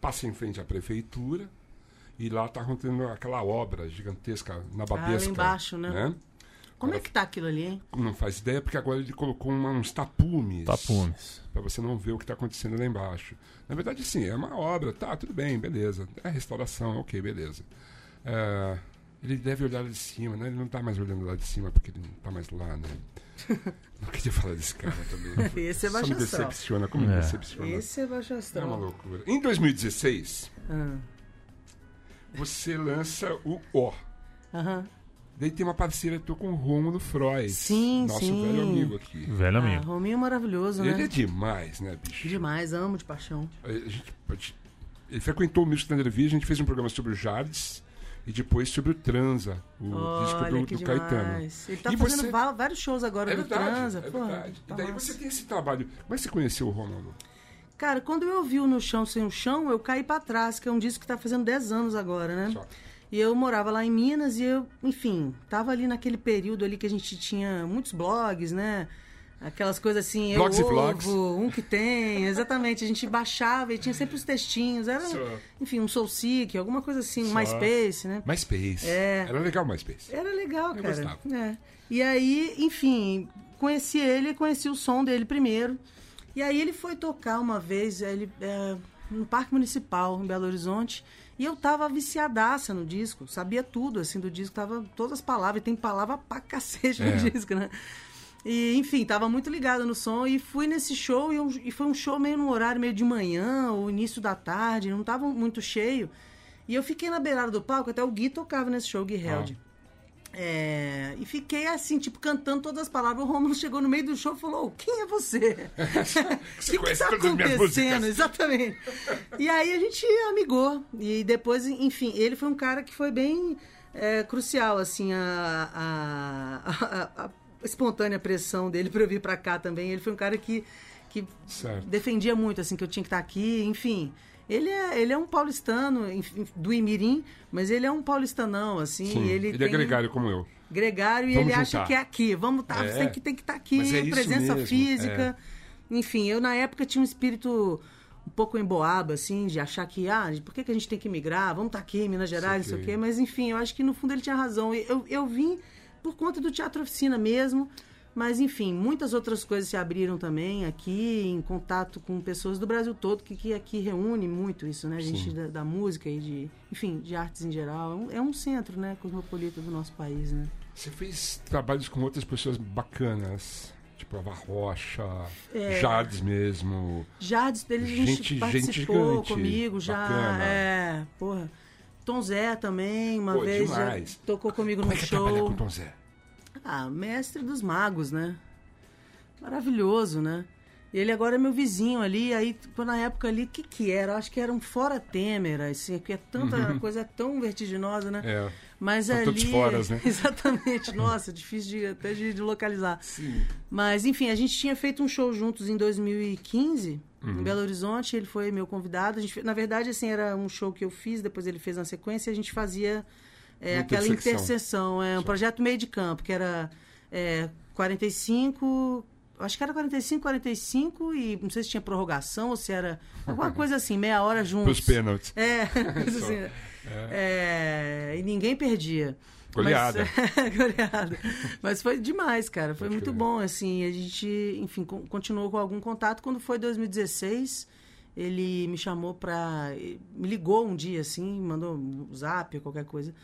passei em frente à prefeitura E lá tá acontecendo aquela obra Ah, gigantesca na Babesca. embaixo, né? Como é que tá aquilo ali, hein? Não faz ideia, porque agora ele colocou uma- uns tapumes. Tapumes. Pra você não ver o que tá acontecendo lá embaixo. Na verdade, sim, é uma obra, tá, tudo bem, beleza. É restauração, ok, beleza. É, ele deve olhar lá de cima, né? Ele não tá mais olhando lá de cima porque ele não tá mais lá, né? não queria falar desse cara também. Esse é Só baixo me astral. decepciona, como me É. decepciona. Esse é baixo É uma astral. loucura. Em 2016, Ah. você lança o O. Aham. Daí tem uma parceira tua com o Rômulo Freud. Sim, nosso sim. velho amigo aqui. Velho Ah, amigo. Rominho é maravilhoso, Ele é né? demais, né, bicho? Demais, amo de paixão. A gente, a gente- ele frequentou o Music Thunder Via, a gente fez um programa sobre o Jardes e depois sobre o Transa, o disco Olha, do, que do demais. Caetano. Ele tá E fazendo você- va- vários shows agora É do verdade, Transa. é porra, verdade. tá e daí massa. você tem esse trabalho. Como é que você conheceu o Romulo? Cara, quando eu vi o No Chão Sem o Chão, eu caí pra trás, que é um disco que tá fazendo 10 anos agora, né? Só. E eu morava lá em Minas e eu, enfim, tava ali naquele período ali que a gente tinha muitos blogs, né? Aquelas coisas assim, Blogs e eu vlogs. ovo, um que tem, exatamente. A gente baixava e tinha sempre os textinhos. Era, Só. enfim, um Soul Seek, alguma coisa assim, um MySpace, né? MySpace. É. Era legal o MySpace. Era legal, Eu cara. gostava. É. E aí, enfim, conheci ele, conheci o som dele primeiro. E aí ele foi tocar uma vez ele, é, no Parque Municipal, em Belo Horizonte. E eu tava viciadaça no disco, sabia tudo, assim, do disco, tava todas as palavras, e tem palavra pra cacete no É. disco, né? E, enfim, tava muito ligada no som e fui nesse show e, um- e foi um show meio num horário meio de manhã ou início da tarde, não tava muito cheio. E eu fiquei na beirada do palco, até o Gui tocava nesse show, o Gui Ah. Held. É, e fiquei assim, tipo, cantando todas as palavras. O Romulo chegou no meio do show e falou: "Ô, Quem é você? Você O que, que conhece tá todas as minhas acontecendo? músicas. Exatamente. E aí a gente amigou. E depois, enfim, ele foi um cara que foi bem é, crucial, assim, a, a- a- a espontânea pressão dele pra eu vir pra cá também. Ele foi um cara que, que Certo. defendia muito, assim, que eu tinha que estar aqui, enfim. Ele é, ele é um paulistano enfim, do Imirim, mas ele é um paulistanão, assim. Sim, e ele é tem- gregário como eu. gregário e Vamos ele juntar. acha que é aqui. Vamos tá, É. você tem que tem que estar aqui, Mas é isso presença mesmo, é. física. Enfim, eu na época tinha um espírito um pouco emboaba, assim, de achar que, ah, por que, que a gente tem que migrar? Vamos estar aqui em Minas Gerais, não sei o aqui. quê. Mas enfim, eu acho que no fundo ele tinha razão. E Eu, eu vim por conta do Teatro Oficina mesmo. Mas, enfim, muitas outras coisas se abriram também aqui, em contato com pessoas do Brasil todo, que, que aqui reúne muito isso, né? A gente da, da música e de, enfim, de artes em geral. É um, é um centro, né, cosmopolita do nosso país, né? Você fez trabalhos com outras pessoas bacanas. Tipo Ava Rocha, É. Jardes mesmo. Já des- ele gente, Gente- gente participou gigante. comigo, já. Bacana. É, porra. Tom Zé também, uma Pô, vez já demais. tocou comigo Como é no que é trabalhar com Um show. o Tom Zé? Ah, mestre dos magos, né? Maravilhoso, né? E ele agora é meu vizinho ali, aí tipo, na época ali, o que que era? Eu Acho que era um fora Temer, assim, porque é tanta coisa é tão vertiginosa, né? Uhum. É. Mas São ali... todos foras, né? Exatamente, nossa, difícil de, até de, de localizar. Sim. Mas, enfim, a gente tinha feito um show juntos em 2015, Uhum. em Belo Horizonte, ele foi meu convidado. A gente fe- na verdade, assim, era um show que eu fiz, depois ele fez na sequência, e a gente fazia é, Uma aquela intersecção. interseção são, é um projeto meio de campo, que era é, 45. Acho que era 45, 45 e não sei se tinha prorrogação ou se era alguma coisa assim, meia hora juntos. Pros pênaltis. É, coisa assim, né? É, e ninguém perdia. Goleada. Mas, goleada. Mas foi demais, cara. Foi Pode muito crer. bom, assim. A gente, enfim, con- continuou com algum contato. Quando foi 2016, ele me chamou pra... Me ligou um dia, assim, mandou um zap, qualquer coisa,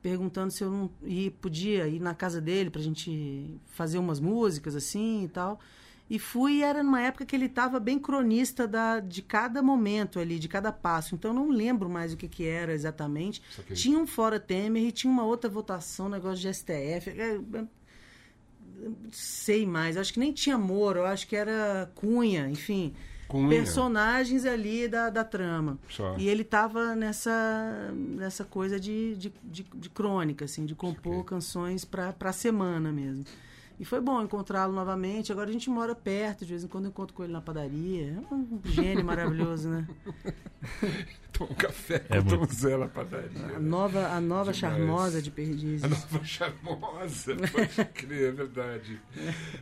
perguntando se eu não ia, podia ir na casa dele pra gente fazer umas músicas, assim, e tal. E fui, e era numa época que ele estava bem cronista da, de cada momento ali, de cada passo. Então, eu não lembro mais o que, que era exatamente. Saquei. Tinha um fora Temer e tinha uma outra votação, um negócio de STF. É, é, Não sei mais. Acho que nem tinha Moro, eu acho que era Cunha, enfim. Cunha. Personagens ali da, da trama. Só. E ele tava nessa, nessa coisa de, de, de, de crônica, assim, de compor Saquei. canções pra, pra semana mesmo. E foi bom encontrá-lo novamente. Agora a gente mora perto, de vez em quando eu encontro com ele na padaria. É um gênio maravilhoso, né? Toma um café com É o Tom muito- Zé na padaria. A nova, a nova Demais. charmosa de Perdizes. A nova charmosa, pode crer, é verdade.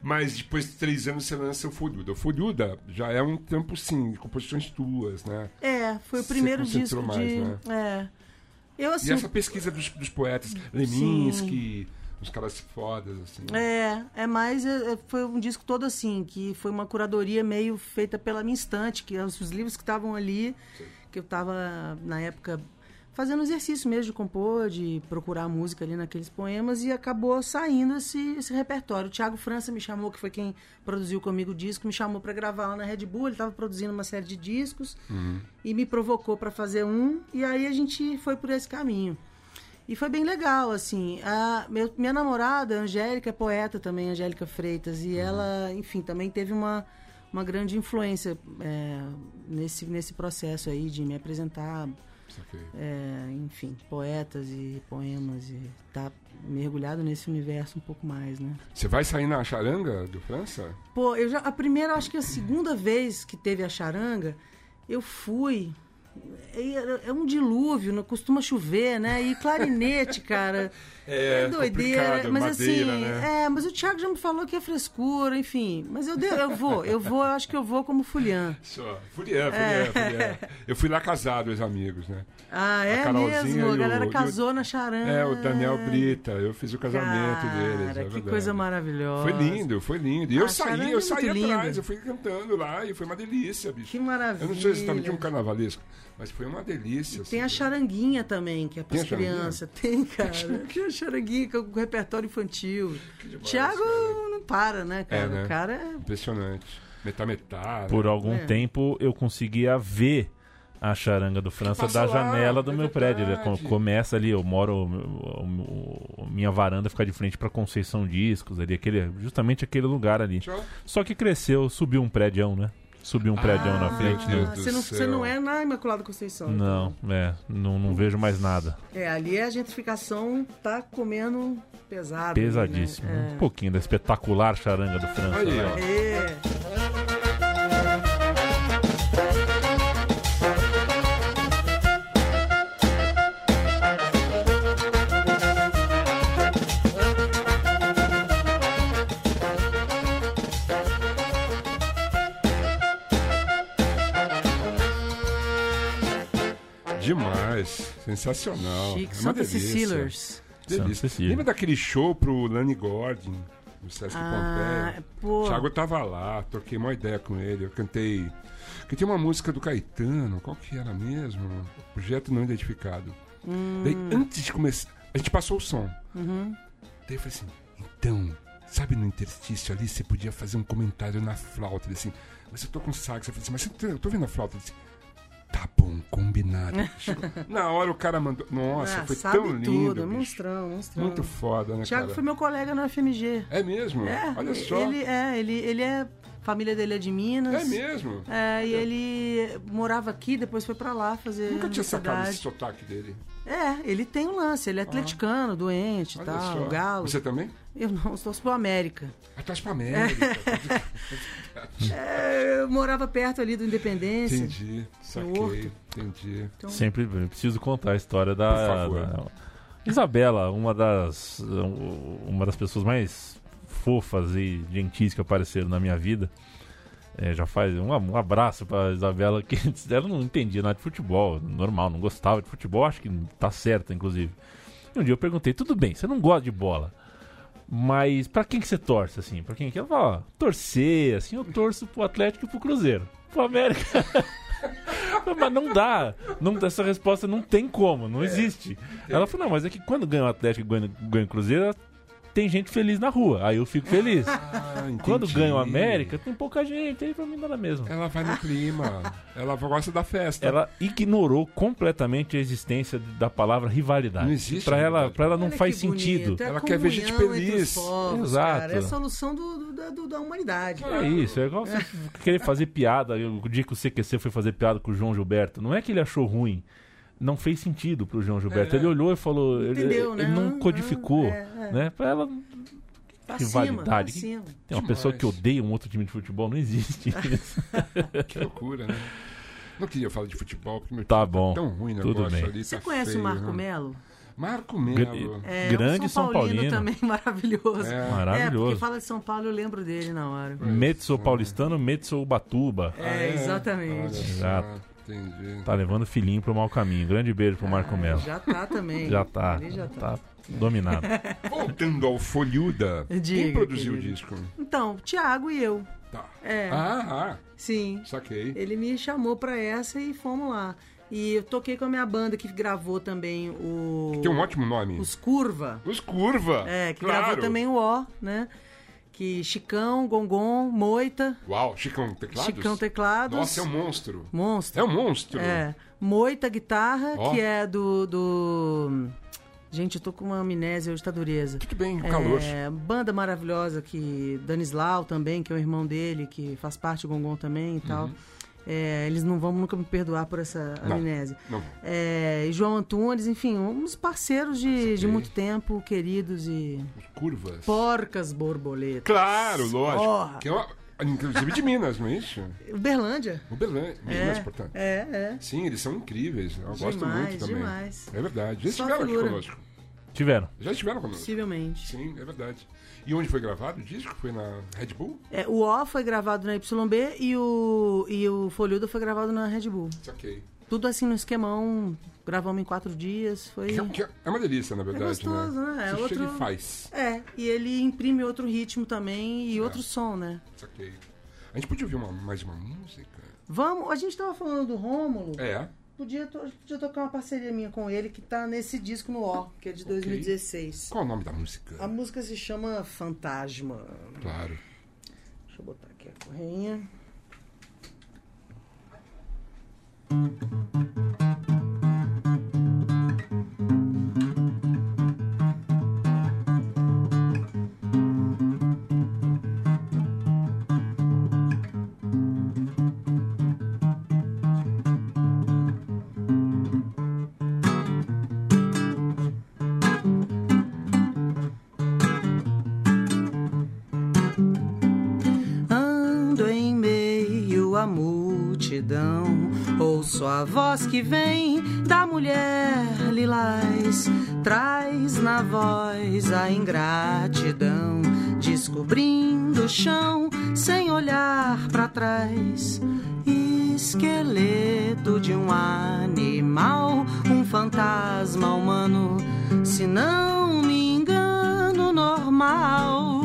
Mas depois de três anos você lança o Folhuda. O Folhuda já é um tempo, sim, de composições tuas, né? É, foi o Você primeiro concentrou disco mais, de. né? É. Eu, assim, E essa pesquisa dos, dos poetas, Leminski, os caras fodas, assim. É, é mais. é, é, foi um disco todo assim, que foi uma curadoria meio feita pela minha estante, que os, os livros que estavam ali, que eu estava, na época, fazendo exercício mesmo de compor, de procurar música ali naqueles poemas, e acabou saindo esse, esse repertório. O Thiago França me chamou, que foi quem produziu comigo o disco, me chamou para gravar lá na Red Bull, ele estava produzindo uma série de discos, e me provocou para fazer um, e aí a gente foi por esse caminho. E foi bem legal, assim. A, meu- minha namorada, Angélica, é poeta também, Angélica Freitas. E ela, enfim, também teve uma, uma grande influência é, nesse, nesse processo aí de me apresentar, saquei. é, enfim, poetas e poemas. E tá mergulhado nesse universo um pouco mais, né? Você vai sair na charanga do França? Pô, eu já. A primeira, acho que a segunda vez que teve a charanga, eu fui. E era- É um dilúvio, não costuma chover, né? E clarinete, cara. É, complicado, Mas madeira, assim, né? é, mas o Thiago já me falou que é frescura, enfim. Mas eu, de- eu vou, eu vou, eu acho que eu vou como Fulian. Só. Fulié, É. fulié, fulié. Eu fui lá casado, os amigos, né? Ah, A é Carolzinha mesmo? e A o- galera e o- casou na charanga. É, o Daniel Brita, eu fiz o casamento Ah. Cara, deles. é que verdade. coisa maravilhosa. Foi lindo, foi lindo. E eu Ah, saí, charanga eu é saí muito atrás, lindo. eu fui cantando lá e foi uma delícia, bicho. Que maravilha. Eu não sou exatamente um carnavalesco, mas foi uma delícia. Tem a assim. charanguinha também, que é para Tem a charanguinha? crianças. Tem, cara. Tem a charanguinha que é com repertório infantil. Tiago cara. não para, né, cara? É, né? O cara é. Impressionante. Metá, metá. Por né? algum É. tempo eu conseguia ver a charanga do França passa da lá, janela do é meu prédio. Ele verdade. co- começa ali, eu moro, o- o- minha varanda fica de frente pra Conceição Discos, ali, aquele, justamente aquele lugar ali. Tchau. Só que cresceu, subiu um prédio, né? Subiu um prédio na Ah, frente. Meu né? Deus você, do não, céu. você não é na Imaculada Conceição. Não, é, não, não vejo mais nada. É, ali a gentrificação tá comendo pesado. ali, né? Pesadíssimo. É. Um pouquinho da espetacular charanga do França. Aí, né? ó. É. É. Demais. Sensacional. Chique, é uma Santa delícia. Cecilers. Santa Delícia. Cecília. Lembra daquele show pro Lani Gordon, no Sesc Ah, Pompeia? pô. O Thiago tava lá, troquei uma ideia com ele. Eu cantei. Cantei uma música do Caetano, qual que era mesmo? Projeto não identificado. Hum. Daí, antes de começar, a gente passou o som. Uhum. Daí eu falei assim: então, sabe no interstício ali, você podia fazer um comentário na flauta. Ele assim: mas eu tô com sax. Eu falei assim: mas você tá- eu tô vendo a flauta. Ele assim, tá bom, combinado. Chegou- na hora o cara mandou. Nossa, ah, foi sabe tão lindo. tudo. é bicho. Monstrão, monstrão. Muito foda, né, Thiago cara? foi meu colega na FMG. É mesmo? É, Olha só. Ele é, ele, ele é. A família dele é de Minas. É mesmo? É, e ele morava aqui, depois foi pra lá fazer. Nunca tinha sacado esse universidade. sotaque dele. É, ele tem um lance, ele é atleticano, doente Ah. e Olha tal, só. Tá, galo. É. Você também? Eu não, sou pro América. Ah, tá, Atrás pra América. É, eu morava perto ali do Independência. entendi. Saquei. Morto. Entendi. Sempre eu preciso contar a história da, Por favor. da- Isabela, uma das uma das pessoas mais fofas e gentis que apareceram na minha vida. É, já faz um, um abraço pra Isabela, que ela não entendia nada de futebol, normal, não gostava de futebol, acho que tá certo, inclusive. E um dia eu perguntei, tudo bem, você não gosta de bola, mas pra quem que você torce, assim? Pra quem que ela fala, "Ó, torcer, assim, eu torço pro Atlético e pro Cruzeiro, pro América. mas não dá, não, essa resposta não tem como, É, não existe. Ela falou, não, mas é que quando ganha o Atlético e ganha, ganha o Cruzeiro, tem gente feliz na rua, aí eu fico feliz. Ah, entendi. Quando ganha o América, tem pouca gente, aí pra mim dá na mesma. Ela vai no clima. Ela gosta da festa. Ela ignorou completamente a existência da palavra rivalidade. Não existe Pra ela, rivalidade. pra ela não Olha que faz bonito, sentido. é a Ela quer ver gente comunhão entre os feliz. povos, Exato. cara, é a solução do, do- da, do- da humanidade. É isso, é igual você querer fazer piada. Eu- O dia que o CQC foi fazer piada com o João Gilberto, não é que ele achou ruim. Não fez sentido pro João Gilberto. É. Ele olhou e falou. ele- Entendeu, ele, né? não Ah, codificou. ah, é, é. Né? Pra ela. Tem Pra Rivalidade. cima, pra cima. uma Demais. pessoa que odeia um outro time de futebol, não existe isso. Que loucura, né? Não queria falar de futebol, porque meu Tá time é bom. tão ruim o Tudo negócio bem. ali. Você tá conhece feio, o Marco né? Melo? Marco Melo. Gr- É, Grande um São São Paulino, Paulino. também maravilhoso. É. É, porque Maravilhoso. fala de São Paulo, eu lembro dele na hora. né? Metso paulistano, Metso Ubatuba. É, Ah, exatamente. Olha só. Exato. Entendi. Tá levando o filhinho pro mau caminho. Grande beijo pro Marco Melo. Já tá também. Já tá. Ele já tá. Tá dominado. Voltando ao Folhuda, Diga, quem produziu querido. o disco? Então, Tiago e eu. Tá. É, Ah, ah, sim. saquei. Ele me chamou pra essa e fomos lá. E eu toquei com a minha banda que gravou também o. Tem um ótimo nome. Os Curva. Os Curva. É, que claro. gravou também o O, né? Que Chicão, Gongon, Moita, Uau, Chicão Teclados? Chicão Teclados. Nossa, é um monstro. Monstro. É um monstro. É. Moita Guitarra, Ó. que é do, do. Gente, eu tô com uma amnésia hoje, tá dureza. Tudo bem, o calor. É, banda maravilhosa que Danislau também, que é o irmão dele, que faz parte do Gongon Uhum. também e tal. É, eles não vão nunca me perdoar por essa Não, amnésia. não. É, e João Antunes, enfim, uns parceiros de, de muito tempo, queridos e Os Curvas. porcas borboletas. Claro, lógico. Porra. Que é uma- Inclusive de Minas, não é isso? Uberlândia? Uberlândia, Minas, portanto. É, é. Sim, eles são incríveis. Eu gosto Demais, muito também. demais. É verdade. Já Só estiveram aqui figura. conosco. Tiveram. Já estiveram conosco. Possivelmente. Sim, é verdade. E onde foi gravado o disco? Foi na Red Bull? É, o O foi gravado na YB e o, e o Folhudo foi gravado na Red Bull. Saquei. Tudo assim no esquemão, gravamos em quatro dias, foi... Que é- que é é uma delícia, na verdade, gostoso, né? É Você chega outro- e faz. É, e ele imprime outro ritmo também e outro som, né? Saquei. A gente podia ouvir uma- mais uma música? Vamos, a gente tava falando do Rômulo, É. podia, to- podia tocar uma parceria minha com ele que tá nesse disco no O, que é de 2016. Qual é o nome da música? A música se chama Fantasma. Claro. Deixa eu botar aqui a correinha. Ando em meio à multidão, ouço a voz que vem da mulher lilás, traz na voz a ingratidão, descobrindo o chão sem olhar pra trás. Esqueleto de um animal, um fantasma humano, se não me engano, normal.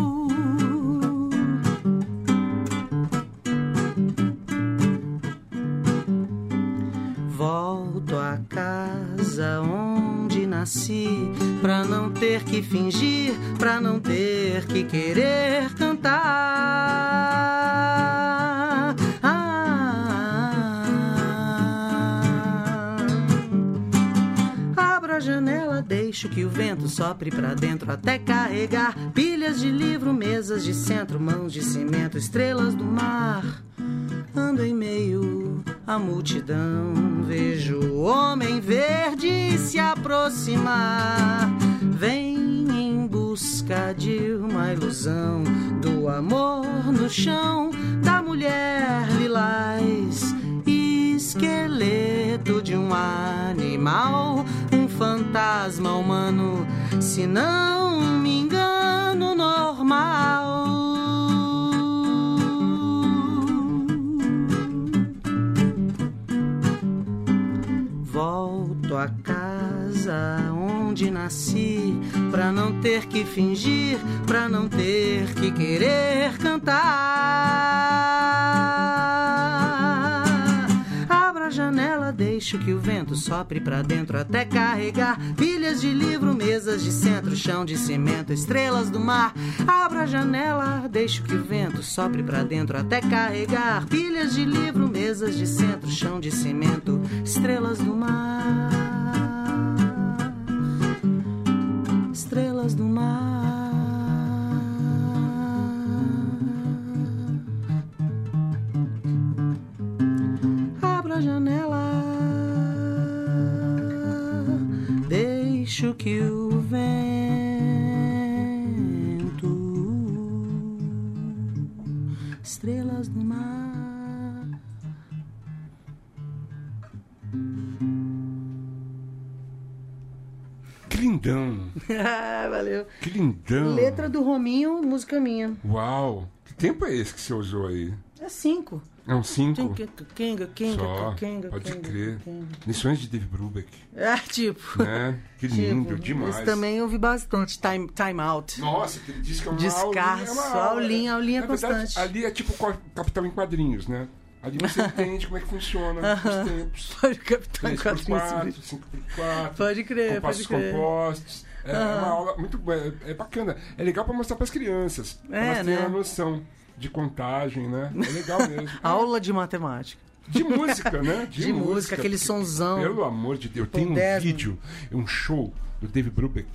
Volto à casa onde nasci, pra não ter que fingir, pra não ter que querer cantar. Ah. Abro a janela, deixo que o vento sopre pra dentro até carregar pilhas de livro, mesas de centro, mãos de cimento, estrelas do mar. Ando em meio à multidão, vejo o homem verde se aproximar. Vem em busca de uma ilusão do amor no chão da mulher lilás esqueleto de um animal, um fantasma humano, se não me engano, normal. Volto à casa onde nasci, pra não ter que fingir, pra não ter que querer cantar. Abro a janela, deixo que o vento sopre pra dentro até carregar pilhas de livro, mesas de centro, chão de cimento, estrelas do mar. Abro a janela, deixo que o vento sopre pra dentro até carregar pilhas de livro, mesas de centro, chão de cimento, estrelas do mar. Estrelas do mar. Abro a janela. Deixo que o vento, estrelas do mar. Que lindão. Valeu. Que lindão. Letra do Rominho, música minha. Uau. Que tempo é esse que você usou aí? É cinco. É um cinco Kenga, Kenga, só. Kenga, Pode crer. Lições de Dave Brubeck, É, tipo. né? Que lindo, demais. Isso também eu vi bastante. Time, time out. Nossa, que ele diz que é uma Descasso, aulinha, é uma aula. aulinha, aulinha Na verdade, constante. ali é tipo co- Capital em Quadrinhos, né? Ali você entende como é que funciona os tempos. Pode captar um 3x4, quadrinho. 5x4. Pode crer, compassos pode crer. compostos. É uma aula muito boa, é, é bacana. É legal pra mostrar pras crianças. Pra É, elas terem né? a noção de contagem, né? É legal mesmo. Aula de matemática. De música, né? De, música, aquele porque- sonzão. Pelo amor de Deus, tem um Pondésimo. vídeo, é um show do David Brubeck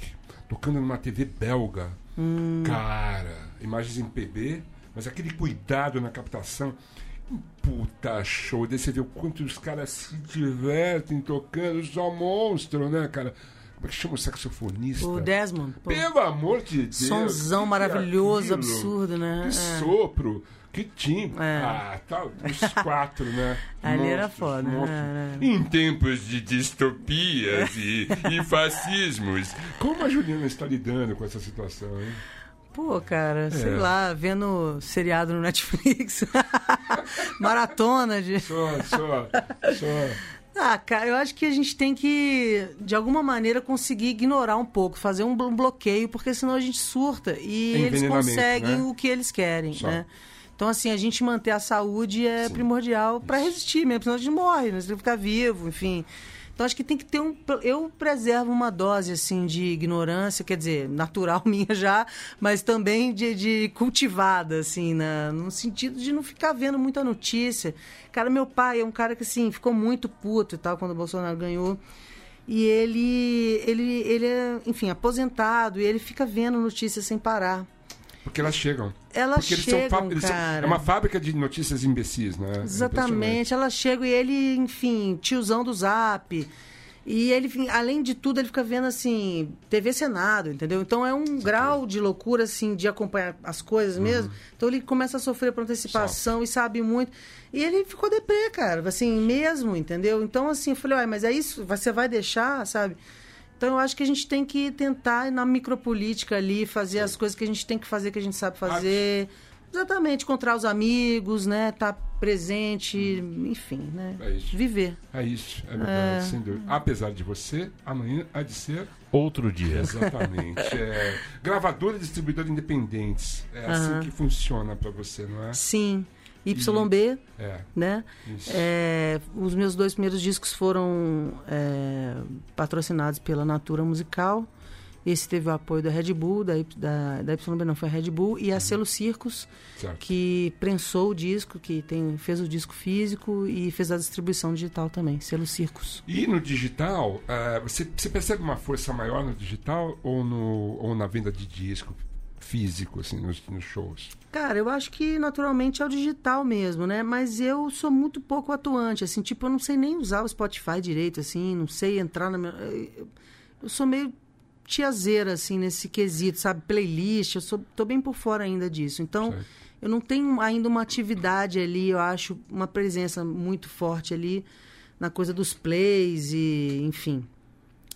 tocando numa TV belga. Hum. Cara, imagens em PB, mas aquele cuidado na captação. Um Puta show, daí você vê o quanto os caras se divertem tocando, só monstro, né, cara? Como é que chama o saxofonista? O Desmond. pô. Pelo amor de Deus! Sonzão que que é maravilhoso, aquilo? absurdo, né? Que É. sopro! Que timbre! É. Ah, tá, os quatro, né? Ali era foda, né? Era. Em tempos de distopias e, e fascismos, Como a Juliana está lidando com essa situação, hein? Pô, cara, É. sei lá, vendo seriado no Netflix. Maratona de. Só, só, só. Ah, cara, eu acho que a gente tem que, de alguma maneira, conseguir ignorar um pouco, fazer um blo- um bloqueio, porque senão a gente surta e É eles envenenamento, conseguem né? o que eles querem, Só. né? Então, assim, a gente manter a saúde é primordial para resistir mesmo, senão a gente morre, né? Você tem que ficar vivo, enfim. Então, acho que tem que ter um. Eu preservo uma dose, assim, de ignorância, quer dizer, natural minha já, mas também de, de cultivada, assim, na, no sentido de não ficar vendo muita notícia. Cara, meu pai é um cara que, assim, ficou muito puto e tal quando o Bolsonaro ganhou. E ele, ele, ele é, enfim, aposentado e ele fica vendo notícias sem parar. Porque elas chegam. Elas Porque eles são, chegam, fá- eles são- cara. É uma fábrica de notícias imbecis, né? Exatamente. Ela chega e ele, enfim, tiozão do zap. E ele, enfim, além de tudo, ele fica vendo, assim, TV Senado, entendeu? Então é um grau de loucura, assim, de acompanhar as coisas Uhum. mesmo. Então ele começa a sofrer por antecipação e sabe muito. E ele ficou deprê, cara, assim, mesmo, entendeu? Então, assim, eu falei, ué, mas é isso? Você vai deixar, sabe? Então eu acho que a gente tem que tentar, na micropolítica ali, fazer as coisas que a gente tem que fazer, que a gente sabe fazer. Exatamente, encontrar os amigos, né? Tá presente, enfim, né? É isso. Viver. É isso, é verdade, sem dúvida. Apesar de você, amanhã há de ser. Outro dia. Exatamente. é, gravadora e distribuidora independentes. É assim que funciona pra você, não é? Sim. YB, É. né? Isso. É, os meus dois primeiros discos foram é, patrocinados pela Natura Musical. Esse teve o apoio da Red Bull, da, Y- da, da YB não, foi a Red Bull, e a Selo Circos, Uhum. Certo. que prensou o disco, que tem, fez o disco físico e fez a distribuição digital também, Selo Circos. E no digital, eh, você, você percebe uma força maior no digital ou, no, ou na venda de disco físico, assim, nos, nos shows? Cara, eu acho que naturalmente é o digital mesmo, né? Mas eu sou muito pouco atuante, assim, tipo, eu não sei nem usar o Spotify direito, assim, não sei entrar na minha. Eu- Eu sou meio tiazeira, assim, nesse quesito, sabe? Playlist, eu sou, tô bem por fora ainda disso. Então, Certo. eu não tenho ainda uma atividade ali, eu acho, uma presença muito forte ali na coisa dos plays e, enfim.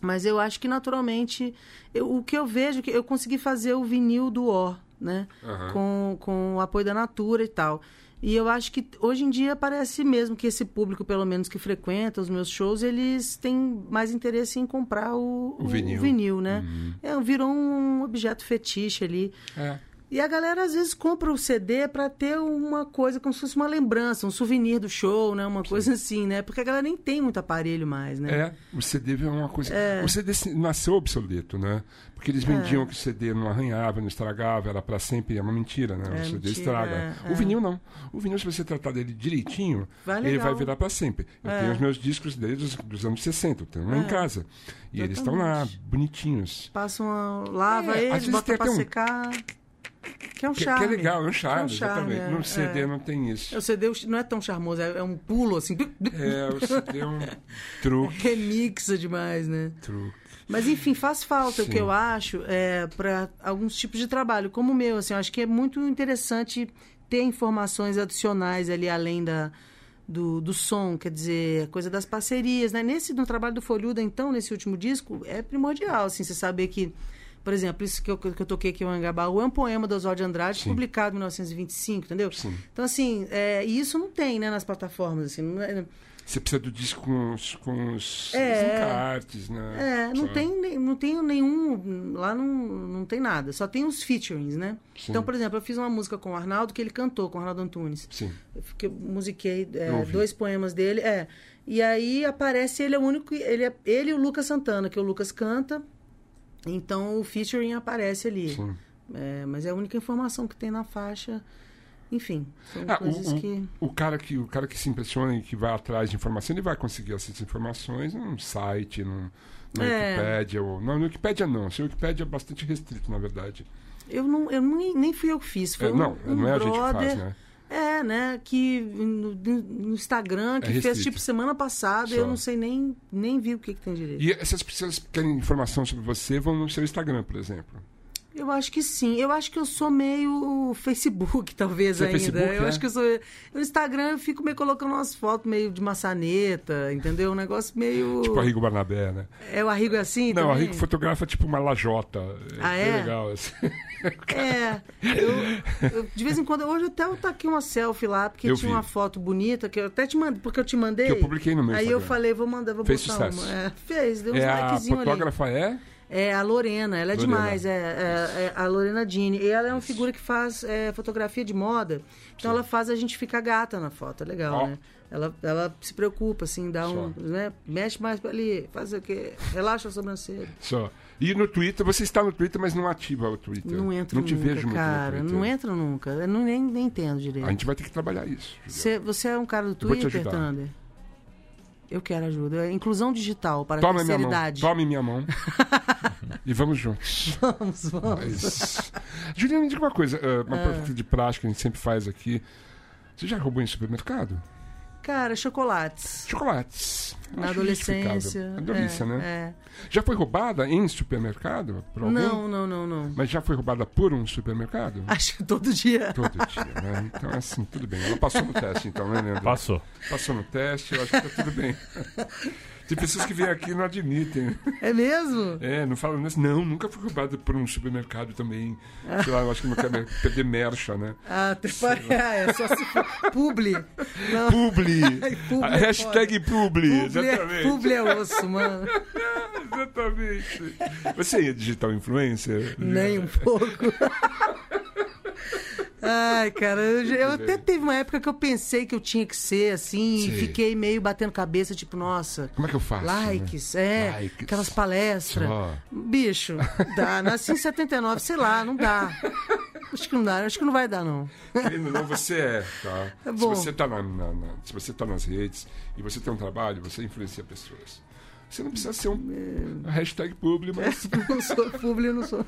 Mas eu acho que naturalmente, eu- o que eu vejo, é que eu consegui fazer o vinil do O, né? Com, com o apoio da Natura e tal. E eu acho que hoje em dia parece mesmo que esse público, pelo menos que frequenta os meus shows, eles têm mais interesse em comprar o, O vinil. Uhum. né? É, virou um objeto fetiche ali. É. E a galera às vezes compra o CD pra ter uma coisa como se fosse uma lembrança, um souvenir do show, né? Uma coisa assim, né? Porque a galera nem tem muito aparelho mais, né? É, o CD é uma coisa. O CD se- nasceu obsoleto, né? Porque É. eles vendiam que o CD não arranhava, não estragava, era pra sempre, é uma mentira, né? É, o CD mentira, estraga. é, O é. vinil não. O vinil, se você tratar dele direitinho, Vai ele vai legal. virar pra sempre. Eu É. tenho os meus discos desde os dos anos 60, eu tenho lá em casa. E eles estão lá, Exatamente. bonitinhos. Passa uma. lava É, às eles, vezes bota tem pra até um- secar. Que é um Que, que charme. é legal, é um charme, exatamente. é, No CD é. não tem isso. O CD não é tão charmoso, é é um pulo assim. É, o CD é um truque, Remixa demais, né? truque. Mas enfim, faz falta o Sim. que eu acho é, para alguns tipos de trabalho, como o meu. Assim, eu acho que é muito interessante ter informações adicionais ali além da, do, do som, quer dizer, a coisa das parcerias. Né? Nesse no trabalho do Folhuda, então, nesse último disco, é primordial assim, você saber que. Por exemplo, isso que eu, que eu toquei aqui em Angabaú é um poema do Oswald de Andrade, publicado em 1925, entendeu? Então, assim, é, e isso não tem, né, nas plataformas, assim, não é- Você precisa do disco com os, com os É. encartes, né? É, não Só. tem, nem- não tem nenhum. Lá não, não tem nada, só tem os featurings, né? Sim. Então, por exemplo, eu fiz uma música com o Arnaldo que ele cantou, com o Arnaldo Antunes. Sim. Eu fiquei- musiquei é, Eu ouvi. dois poemas dele. É. E aí aparece ele é o único. Ele, é, ele e o Lucas Santana, que o Lucas canta. Então o featuring aparece ali. Sim. É, mas é a única informação que tem na faixa. Enfim, são Ah, coisas o, o- que. o cara que o cara que se impressiona e que vai atrás de informação, ele vai conseguir essas informações num site, num, na É. Wikipédia. Ou, não, na Wikipédia não. Se a Wikipédia é bastante restrito, na verdade. Eu, não, eu nem, nem fui eu que fiz. Foi É, um, não, um não é a gente que brother, faz, né? É, né? Que no, no Instagram, que É fez restrito. tipo semana passada, eu Só. não sei nem, nem vi o que, que tem direito. E essas pessoas que querem informação sobre você vão no seu Instagram, por exemplo. Eu acho que sim. Eu acho que eu sou meio Facebook, talvez Você é ainda. Facebook, eu é? acho que eu sou. No Instagram eu fico meio colocando umas fotos meio de maçaneta, entendeu? Um negócio meio. Tipo a Rigo Barnabé, né? É o arrigo é assim? Não, a também? Rigo fotografa tipo uma lajota. Ah, bem é? legal. assim. É. Eu, eu- de vez em quando. Hoje até eu taquei uma selfie lá, porque Eu tinha vi. uma foto bonita, que eu até te mandei, porque eu te mandei. Que eu publiquei no meu Aí eu Instagram. falei, vou mandar, vou Fez botar sucesso. uma. É, fez, deu uns É a likezinho ali. fotógrafa é? É, a Lorena, ela é Lorena. demais, é, é- é a Lorena Dini. E ela é uma figura que faz é, fotografia de moda, então ela faz a gente ficar gata na foto, é legal, Ó. né? Ela, ela se preocupa, assim, dá um. Só. Né? Mexe mais pra ali, faz o quê? Relaxa a sobrancelha. Só. E no Twitter, você está no Twitter, mas não ativa o Twitter. Não entro Não te nunca, vejo muito cara. no Twitter. Não entro nunca. Eu não, nem, nem entendo direito. A gente vai ter que trabalhar isso. Juliana. Você, você é um cara do Eu vou te Twitter, ajudar. Thunder? Eu quero ajuda. É Inclusão digital para a Toma minha terceira mão. idade. Tome minha mão. e vamos juntos. Vamos, vamos. Mas... Juliana, me diga uma coisa. eh, Ah. Uma pergunta de prática que a gente sempre faz aqui. Você já roubou em supermercado? Cara, chocolates. Chocolates. Eu Na acho adolescência. justificável. Na adolescência, é, né? é. Já foi roubada em supermercado? Por alguém? Não, não, não, não. Mas já foi roubada por um supermercado? Acho que todo dia. Todo dia, né? Então, assim, tudo bem. Ela passou no teste, então, né, Leandro? Passou. Passou no teste, eu acho que tá tudo bem. Tem pessoas que vêm aqui e não admitem. É mesmo? É, não falam nisso. Não, nunca fui roubado por um supermercado também. Sei lá, eu acho que não quero me- perder mercha, né? Ah, tem ah, é só se for publi. Não, Publi! publi A é hashtag publi, publi, é, exatamente. publi é osso, mano. Exatamente. Você é digital influencer? Nem um pouco. Ai, cara, eu, já- eu até teve uma época que eu pensei que eu tinha que ser assim, é. Sim. e fiquei meio batendo cabeça, tipo, nossa, Como é que eu faço? likes, né? é, Likes. aquelas palestras. Só. Bicho, dá, nasci em 79, sei lá, não dá. Acho que não dá, acho que não vai dar, não. Né? Querendo ou não, você é, tá? É se, bom. você tá na- na- na- se você tá nas redes e você tem um trabalho, você influencia pessoas. Você não precisa ser um hashtag publi, mas... Não sou público, não sou.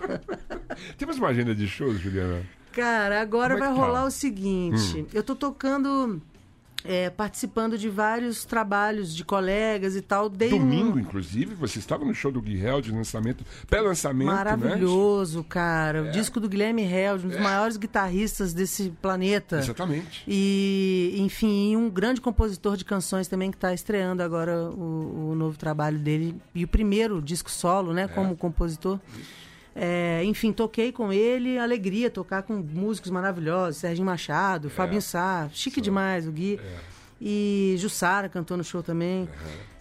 Temos uma agenda de shows, Juliana? Cara, agora Como é vai que Hum. tá? rolar o seguinte: eu tô tocando, é, participando de vários trabalhos de colegas e tal. Dei um Domingo, inclusive, você estava no show do Gui Hell de lançamento, pré-lançamento, né? É. Maravilhoso, cara. O disco do Guilherme Held, um dos maiores guitarristas desse planeta. tá Exatamente. E, enfim, e um grande compositor de canções também que está estreando agora o, o novo trabalho dele e o primeiro disco solo, né, como compositor. É, enfim, toquei com ele, alegria tocar com músicos maravilhosos, Serginho Machado, É. Fabinho Sá, chique demais o Gui. E Jussara cantou no show também.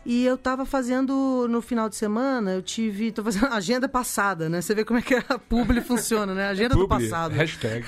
E eu tava fazendo no final de semana, eu tive. tô fazendo agenda passada, né? Você vê como é que a publi funciona, né? Agenda do É Publi, passado. Hashtag.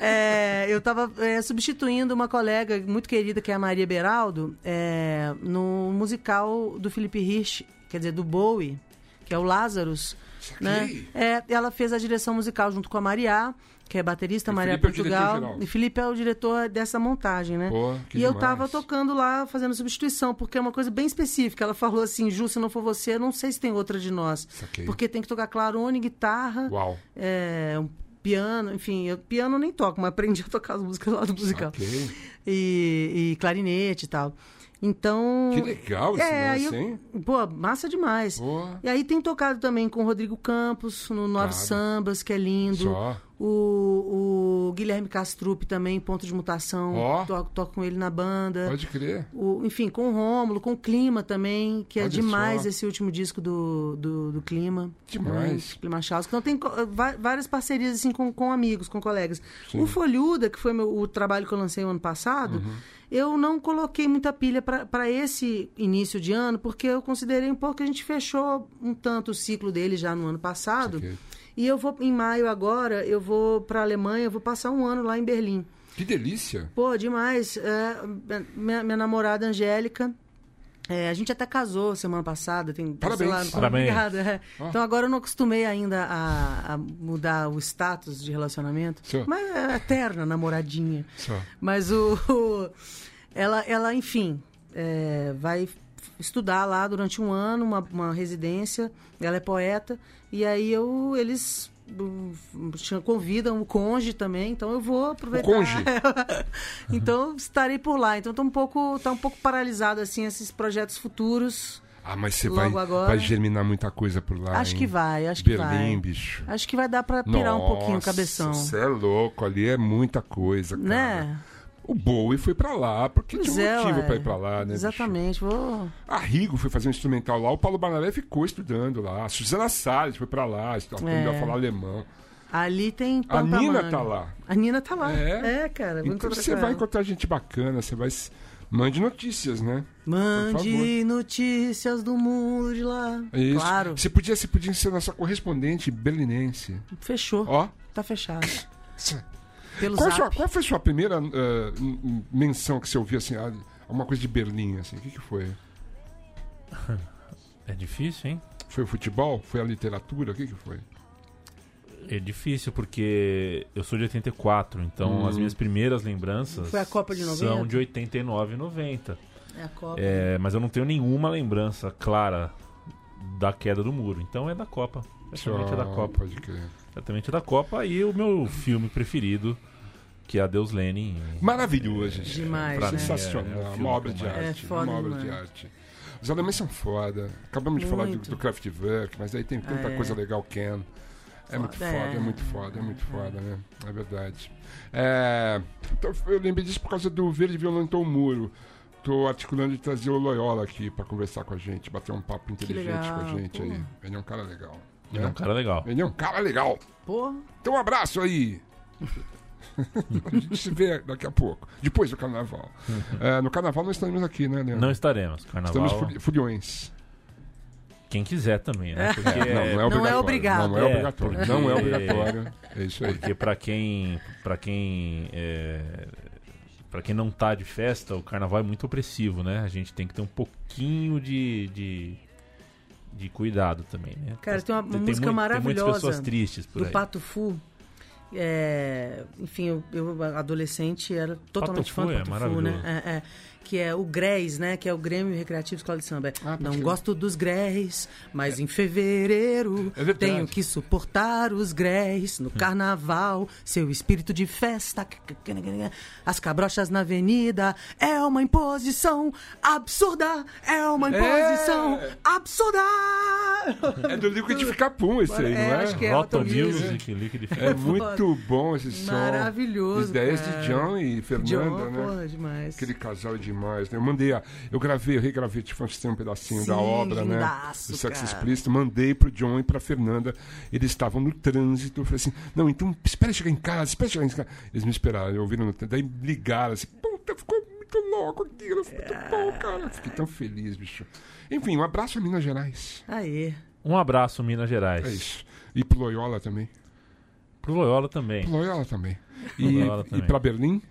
É, eu estava substituindo uma colega muito querida, que é a Maria Beraldo, é, no musical do Felipe Rich, quer dizer, do Bowie, que é o Lazarus. Né? É, ela fez a direção musical junto com a Maria, que é baterista, E Maria Felipe é o Portugal. diretor-geral. e Felipe é o diretor dessa montagem, né? Pô, que e eu demais. tava tocando lá, fazendo substituição, porque é uma coisa bem específica. Ela falou assim: Ju, se não for você, eu não sei se tem outra de nós. Saquei. Porque tem que tocar clarone, guitarra Uau. é, um piano, enfim, eu piano eu nem toco, mas aprendi a tocar as músicas lá do musical. Saquei. E, e clarinete e tal. Então. Que legal esse é, aí lance, eu- hein? Pô, massa demais. Boa. E aí tem tocado também com o Rodrigo Campos no Nove Claro. Sambas, que é lindo. Só. O, O Guilherme Castrup também, Ponto de Mutação. Ó. Toco, toco com ele na banda. Pode crer. O- enfim, com o Rômulo, com o Clima também, que é Olha demais só. esse último disco do, do, do Clima. Demais. Né? Clima Chaus. Então tem co- va- várias parcerias assim com, com amigos, com colegas. O Folhuda, que foi meu- o trabalho que eu lancei o ano passado, Uhum. eu não coloquei muita pilha para esse início de ano, porque eu considerei um pouco que a gente fechou um tanto o ciclo dele já no ano passado. Saquei. E eu vou, em maio agora, eu vou para a Alemanha, eu vou passar um ano lá em Berlim. Que delícia. Pô, demais. É, minha, minha namorada Angélica. é, a gente até casou semana passada, tem sei Parabéns. lá, não- Parabéns. Obrigada, é. Então agora eu não acostumei ainda a, a mudar o status de relacionamento. Sure. Mas é eterna namoradinha. Sure. Mas o. o- ela, ela, enfim, é, vai estudar lá durante um ano, uma, uma residência. Ela é poeta. E aí eu, eles hum, ch- convidam o conge também, então eu vou aproveitar. conge? então estarei por lá. Então tá um pouco, tá um pouco paralisado assim esses projetos futuros. Ah, mas você vai, Logo agora. vai germinar muita coisa por lá. Acho hein? que vai, acho que Berlim, vai. bicho. Acho que vai dar pra pirar um pouquinho o cabeção. Você é louco, ali é muita coisa, cara. Né? O Bowie foi pra lá, porque Pois tinha é, um motivo ué. pra ir pra lá, né? bicho? Exatamente. Vou... A Rigo foi fazer um instrumental lá, o Paulo Barnabé ficou estudando lá. A Suzana Salles foi pra lá, estu- aprendeu É. a falar alemão. Ali tem A pano pra Nina manga. tá lá. A Nina tá lá. É? É, cara. Vou Então encontrar você com vai ela. encontrar gente bacana, você vai. se- Mande notícias, né? Mande notícias do mundo de lá. É Isso. Claro. Você podia, você podia ser nossa correspondente berlinense. Fechou. Ó. Tá fechado. Pelo Qual, zap. sua- qual foi a sua primeira ah, m- m- menção que você ouviu, assim, ah, alguma coisa de Berlim, assim? O que, que foi? É difícil, hein? Foi o futebol? Foi a literatura? O que, que foi? É difícil porque eu sou de 84, então Hum. as minhas primeiras lembranças Foi a Copa de 90? são de 89 e 90. É a Copa. É, mas eu não tenho nenhuma lembrança clara da queda do muro. Então é da Copa. Certamente é da Ah, Copa. Pode crer. Certamente é da Copa. E o meu filme preferido, que é Adeus Lenin. Maravilhoso, gente. Demais, pra né? mim, Sensacional, É, é um filme uma obra que de eu mais- arte. É foda uma obra demais. de arte. Os alemães são foda. Acabamos de falar do, Muito. do Kraftwerk, mas aí tem tanta É. coisa legal, Ken. É muito Foda, foda, é. é muito foda, é muito foda, né? É verdade. É, então, eu lembrei disso por causa do Verde Violentou o Muro. Tô articulando de trazer o Loyola aqui pra conversar com a gente, bater um papo inteligente com a legal, gente pô. aí. Ele é um cara legal. Ele é um né? cara legal. Ele é um cara legal. Porra. Então um abraço aí. a gente se vê daqui a pouco, depois do carnaval. É, no carnaval nós estaremos aqui, né, Leandro? Não estaremos. Carnaval. Estamos furi- furiões. Quem quiser também, né? Porque, é Não, obrigado. não é, É, obrigatório. porque- Não é obrigatório. É isso aí. porque pra quem. para quem. É, pra quem não tá de festa, o carnaval é muito opressivo, né? A gente tem que ter um pouquinho de. de de cuidado também, né? Cara, tem uma música mui- Tem maravilhosa muitas pessoas tristes por do aí. Pato Fu. é, enfim, eu, eu, adolescente era totalmente Fu fã é do Pato Fu, maravilhoso. né? É, é. que é o GRES, né? Que é o Grêmio Recreativo Escola de Samba. Ah, Não porque- gosto dos GRES, mas É. em fevereiro É verdade. tenho que suportar os GRES Hum. no carnaval, seu espírito de festa. As cabrochas na avenida é uma imposição absurda, é uma imposição É. absurda. É do liquidificar pum esse aí, não É, é? acho que é Rotom Elton Music. Music, Liquid É muito bom esse som. Maravilhoso, Ideias cara. de John e Fernanda, John, né? porra, demais. Aquele casal é demais, né? Eu mandei, a, eu gravei, eu regravei, te mostrei um pedacinho Sim, da obra, lindaço, né? Do sexo cara. explícito, mandei pro John e pra Fernanda. Eles estavam no trânsito, eu falei assim, não, então espera chegar em casa, espera chegar em casa. Eles me esperaram, ouviram no trânsito, daí ligaram assim, puta, ficou muito louco aquilo, ficou É. muito bom, cara. Eu Fiquei tão feliz, bicho. Enfim, um abraço a Minas Gerais. Aê. Um abraço, Minas Gerais. É isso. E pro Loyola também. Pro Loyola também. Pro Loyola também. E, Loyola e também. pra Berlim,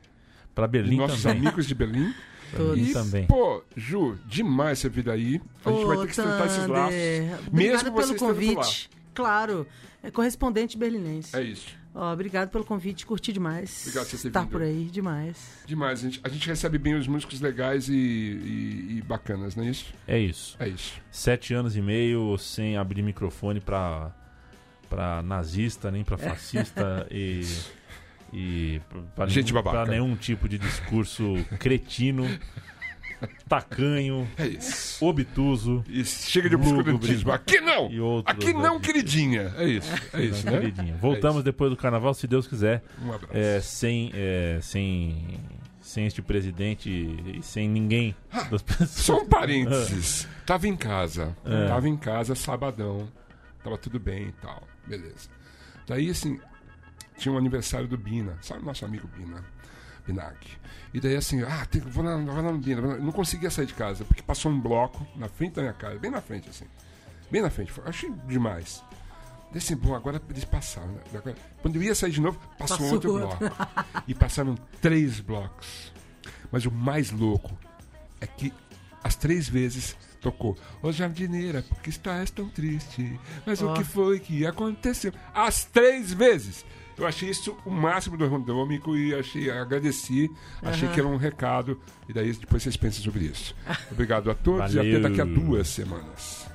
Pra Berlim nossos também. amigos de Berlim. Berlim E, também. Pô, Ju, demais você vir aí. A gente vai ter que estreitar esses laços. Obrigada Mesmo você pelo estando por lá. convite. Claro. É correspondente berlinense. É isso. Ó, obrigado pelo convite, curti demais. Obrigado por você ter Estar vindo. por aí, demais. Demais. A gente, a gente recebe bem os músicos legais e, e- e bacanas, não é isso? É isso. É isso. Sete anos e meio sem abrir microfone pra, pra nazista, nem pra fascista e. E pra- pra Gente nenhum, babaca. pra nenhum tipo de discurso cretino tacanho, É isso. obtuso. Isso. Chega de Lúgubre. obscurantismo. Aqui não! E outros Aqui não, aqui. queridinha. É isso, é isso, né? Queridinha. Voltamos depois do carnaval, se Deus quiser. Um abraço. É, sem, é, sem, sem este presidente e sem ninguém das pessoas. Só um parênteses. Tava em casa. Tava em casa, sabadão. Tava tudo bem e tal. Beleza. Daí, assim, tinha um aniversário do Bina. Sabe o nosso amigo Bina? Binac. E daí, assim, ah, tem, vou, lá, vou lá no Bina. vou lá. Não conseguia sair de casa, porque passou um bloco na frente da minha casa. Bem na frente, assim. Bem na frente. Foi- Achei demais. Daí, assim, bom, agora eles passaram. né? Agora- Quando eu ia sair de novo, passou, um Passou outro outro. bloco. e passaram três blocos. Mas o mais louco é que as três vezes tocou. Ô jardineira, por que estás tão triste? Mas o que foi que aconteceu? As três vezes! Eu achei isso o máximo do randômico e achei, agradeci, achei que era um recado, e daí depois vocês pensam sobre isso. Obrigado a todos e até Valeu. daqui a duas semanas.